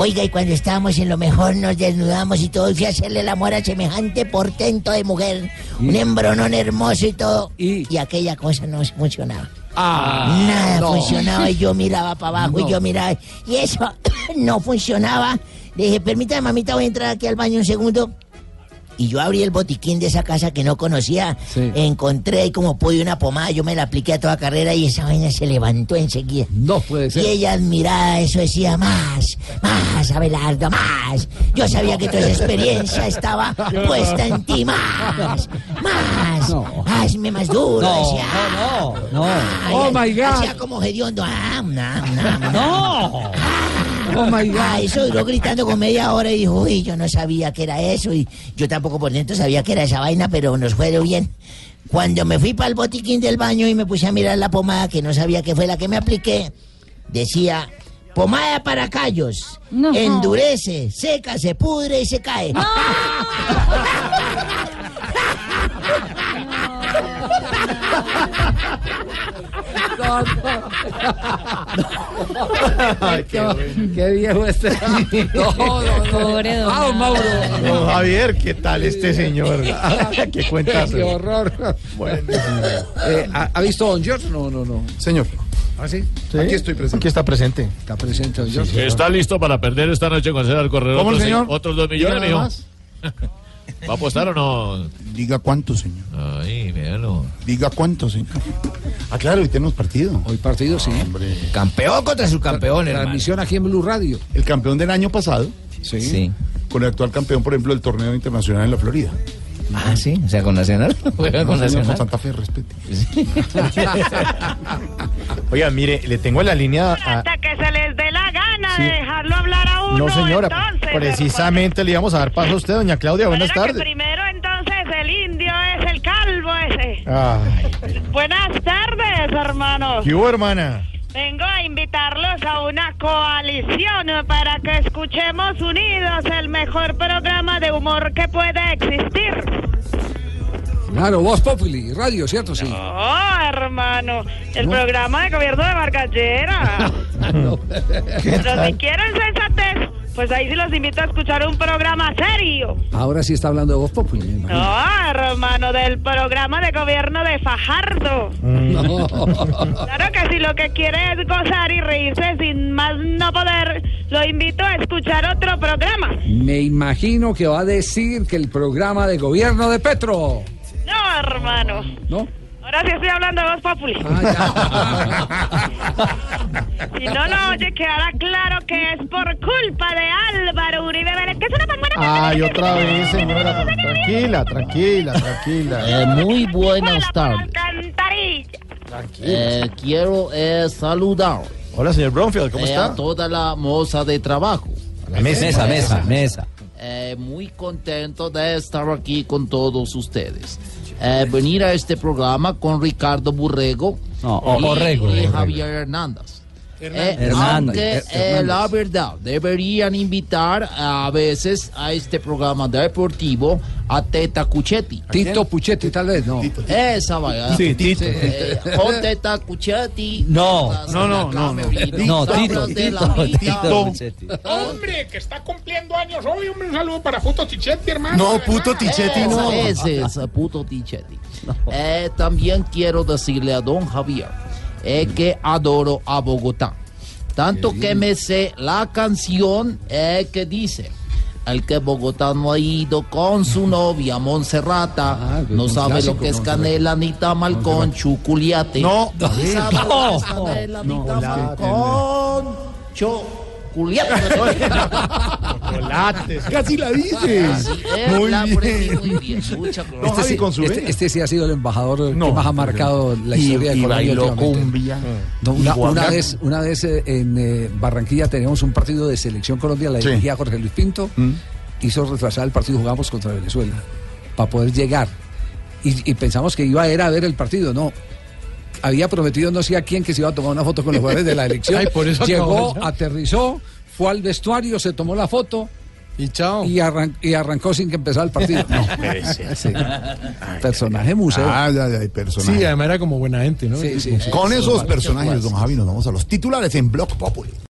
Oiga, y cuando estábamos en lo mejor nos desnudamos y todo. Y fui a hacerle el amor a semejante portento de mujer. Un embronón hermoso y todo. Y, aquella cosa no funcionaba.
Ah,
Nada
Ah,
Ah,
no.
funcionaba y yo miraba para abajo
No.
y yo miraba. Y eso no funcionaba. Le dije, permítame, mamita, voy a entrar aquí al baño un segundo. Y yo abrí el botiquín de esa casa que no conocía.
Sí.
Encontré ahí como pude una pomada. Yo me la apliqué a toda carrera y esa vaina se levantó enseguida.
No puede ser.
Y ella admirada eso decía, más, más, Abelardo, más. Yo sabía que tu experiencia estaba puesta en ti, más, más. Hazme más duro,
No,
decía.
no, no.
Ay,
Oh my God.
Hacía como hediondo. Ah, nah, nah, nah.
No.
Oh my God. eso duró gritando con media hora y dijo, uy, yo no sabía que era eso y yo tampoco por dentro sabía que era esa vaina, pero nos fue de bien. Cuando me fui para el botiquín del baño y me puse a mirar la pomada que no sabía que fue la que me apliqué, decía, pomada para callos, endurece, seca, se pudre y se cae.
Ay, qué, bueno. Qué viejo este. No, no, no.
Pobre don
Ah, don Mauro.
Don Javier, ¿qué tal este señor? ¿Qué cuentas?
Qué horror. Bueno. Eh, ¿ha, ha visto a Don George? No, no, no.
Señor.
¿Ah, sí?
Aquí estoy presente. Aquí está presente.
Está presente Don George.
Está listo para perder esta noche con César Corredor.
¿Cómo el
otros,
señor?
Otros dos
Diga
millones,
nada
mijo.
más.
¿Va a apostar o no?
Diga cuánto, señor.
Ay, véalo.
Diga cuánto, señor. Ah, claro, hoy tenemos partido.
Hoy partido, sí.
Campeón contra su campeón,
Transmisión aquí en Blue Radio.
El campeón del año pasado.
Sí.
Con el actual campeón, por ejemplo, del torneo internacional en la Florida.
Ah, sí, o sea, con Nacional. Juega con
No, señor,
Nacional.
con Santa Fe, respete.
Oiga, mire, le tengo en la línea a...
Hasta que se les dé la gana
Sí.
de dejarlo hablar a uno.
No, señora,
entonces,
precisamente le íbamos a dar paso a usted, doña Claudia. Buenas
Espera que
tardes.
Primero, entonces, el indio es el calvo ese.
Ay,
Buenas tardes, hermanos.
¿Qué hubo, hermana?
Vengo a invitarlos a una coalición para que escuchemos unidos el mejor programa de humor que pueda existir.
Claro, Voz Populi, radio, ¿cierto? Sí.
Oh, hermano, el programa de gobierno de Margallera. Pero si quieren sensatez, Pues ahí sí los invito a escuchar un programa serio.
Ahora sí está hablando de Voz Populi. me imagino.
Ah, hermano, del programa de gobierno de Fajardo.
Mm.
Claro que si lo que quiere es gozar y reírse sin más no poder, lo invito a escuchar otro programa.
Me imagino que va a decir que el programa de gobierno de Petro.
No, hermano.
¿No?
Ahora sí estoy hablando de Voz Populi. si no lo oye, quedará claro que es por culpa de Álvaro Uribe Vélez, que es una pangana.
Ay, otra vez, señora. Tranquila, tranquila, tranquila.
muy buenas tardes.
Alcantarilla.
Eh, quiero eh, saludar
Hola, señor Brownfield, ¿cómo
eh,
está?
a toda la moza de trabajo.
la mesa.
Mesa, mesa,
mesa.
Eh, muy contento de estar aquí con todos ustedes. Eh, venir a este programa con Ricardo Burrego
No, o-
y,
Orrego,
y
Orrego.
Javier Hernández. Eh,
Hernández.
aunque
Hernández.
eh, la verdad deberían invitar a veces a este programa deportivo a Teta Cuchetti.
Tito Puchetti, tal vez, no.
Esa vaya.
Sí, Tito.
Eh, o Teta Cuchetti.
No.
No, no, no, no.
No, Tito, Tito, Tito
Hombre, que está cumpliendo años hoy, hombre, un saludo para Puto Chichetti, hermano.
No,
de
puto
verdad.
Tichetti no. Ese es puto Tichetti. Eh, también quiero decirle a don Javier eh, que adoro a Bogotá. Tanto que me sé la canción eh, que dice. El que Bogotá no ha ido con su novia Monserrata no
un
sabe lo
clásico,
que es
Monserrata.
canela ni tamal con chuculiate. Ah, No, sabe lo que es canela ni tamal con choculiate.
Casi la dices.
Muy
Muy
bien.
bien.
Muy bien. Mucha
Este, sí, este- este sí ha sido el embajador que más ha marcado la historia de Colombia. últimamente. No, una, una vez, una vez eh, en eh, Barranquilla teníamos un partido de selección Colombia, la
Sí.
dirigía Jorge Luis Pinto, hizo retrasar el partido, jugamos contra Venezuela, para poder llegar. Y, y pensamos que iba a ir a ver el partido, no. Había prometido no sé a quién que se iba a tomar una foto con los jugadores de la elección.
Ay, por eso
Llegó,
acabó
aterrizó, fue al vestuario, se tomó la foto. Y chao. Y, arran- y arrancó sin que empezara el partido. No. Sí. Personaje museo.
Ah, ya, ya, y personaje.
Sí, además era como buena gente, ¿no?
Con esos personajes, don Javi, nos vamos a los titulares en Block Populi.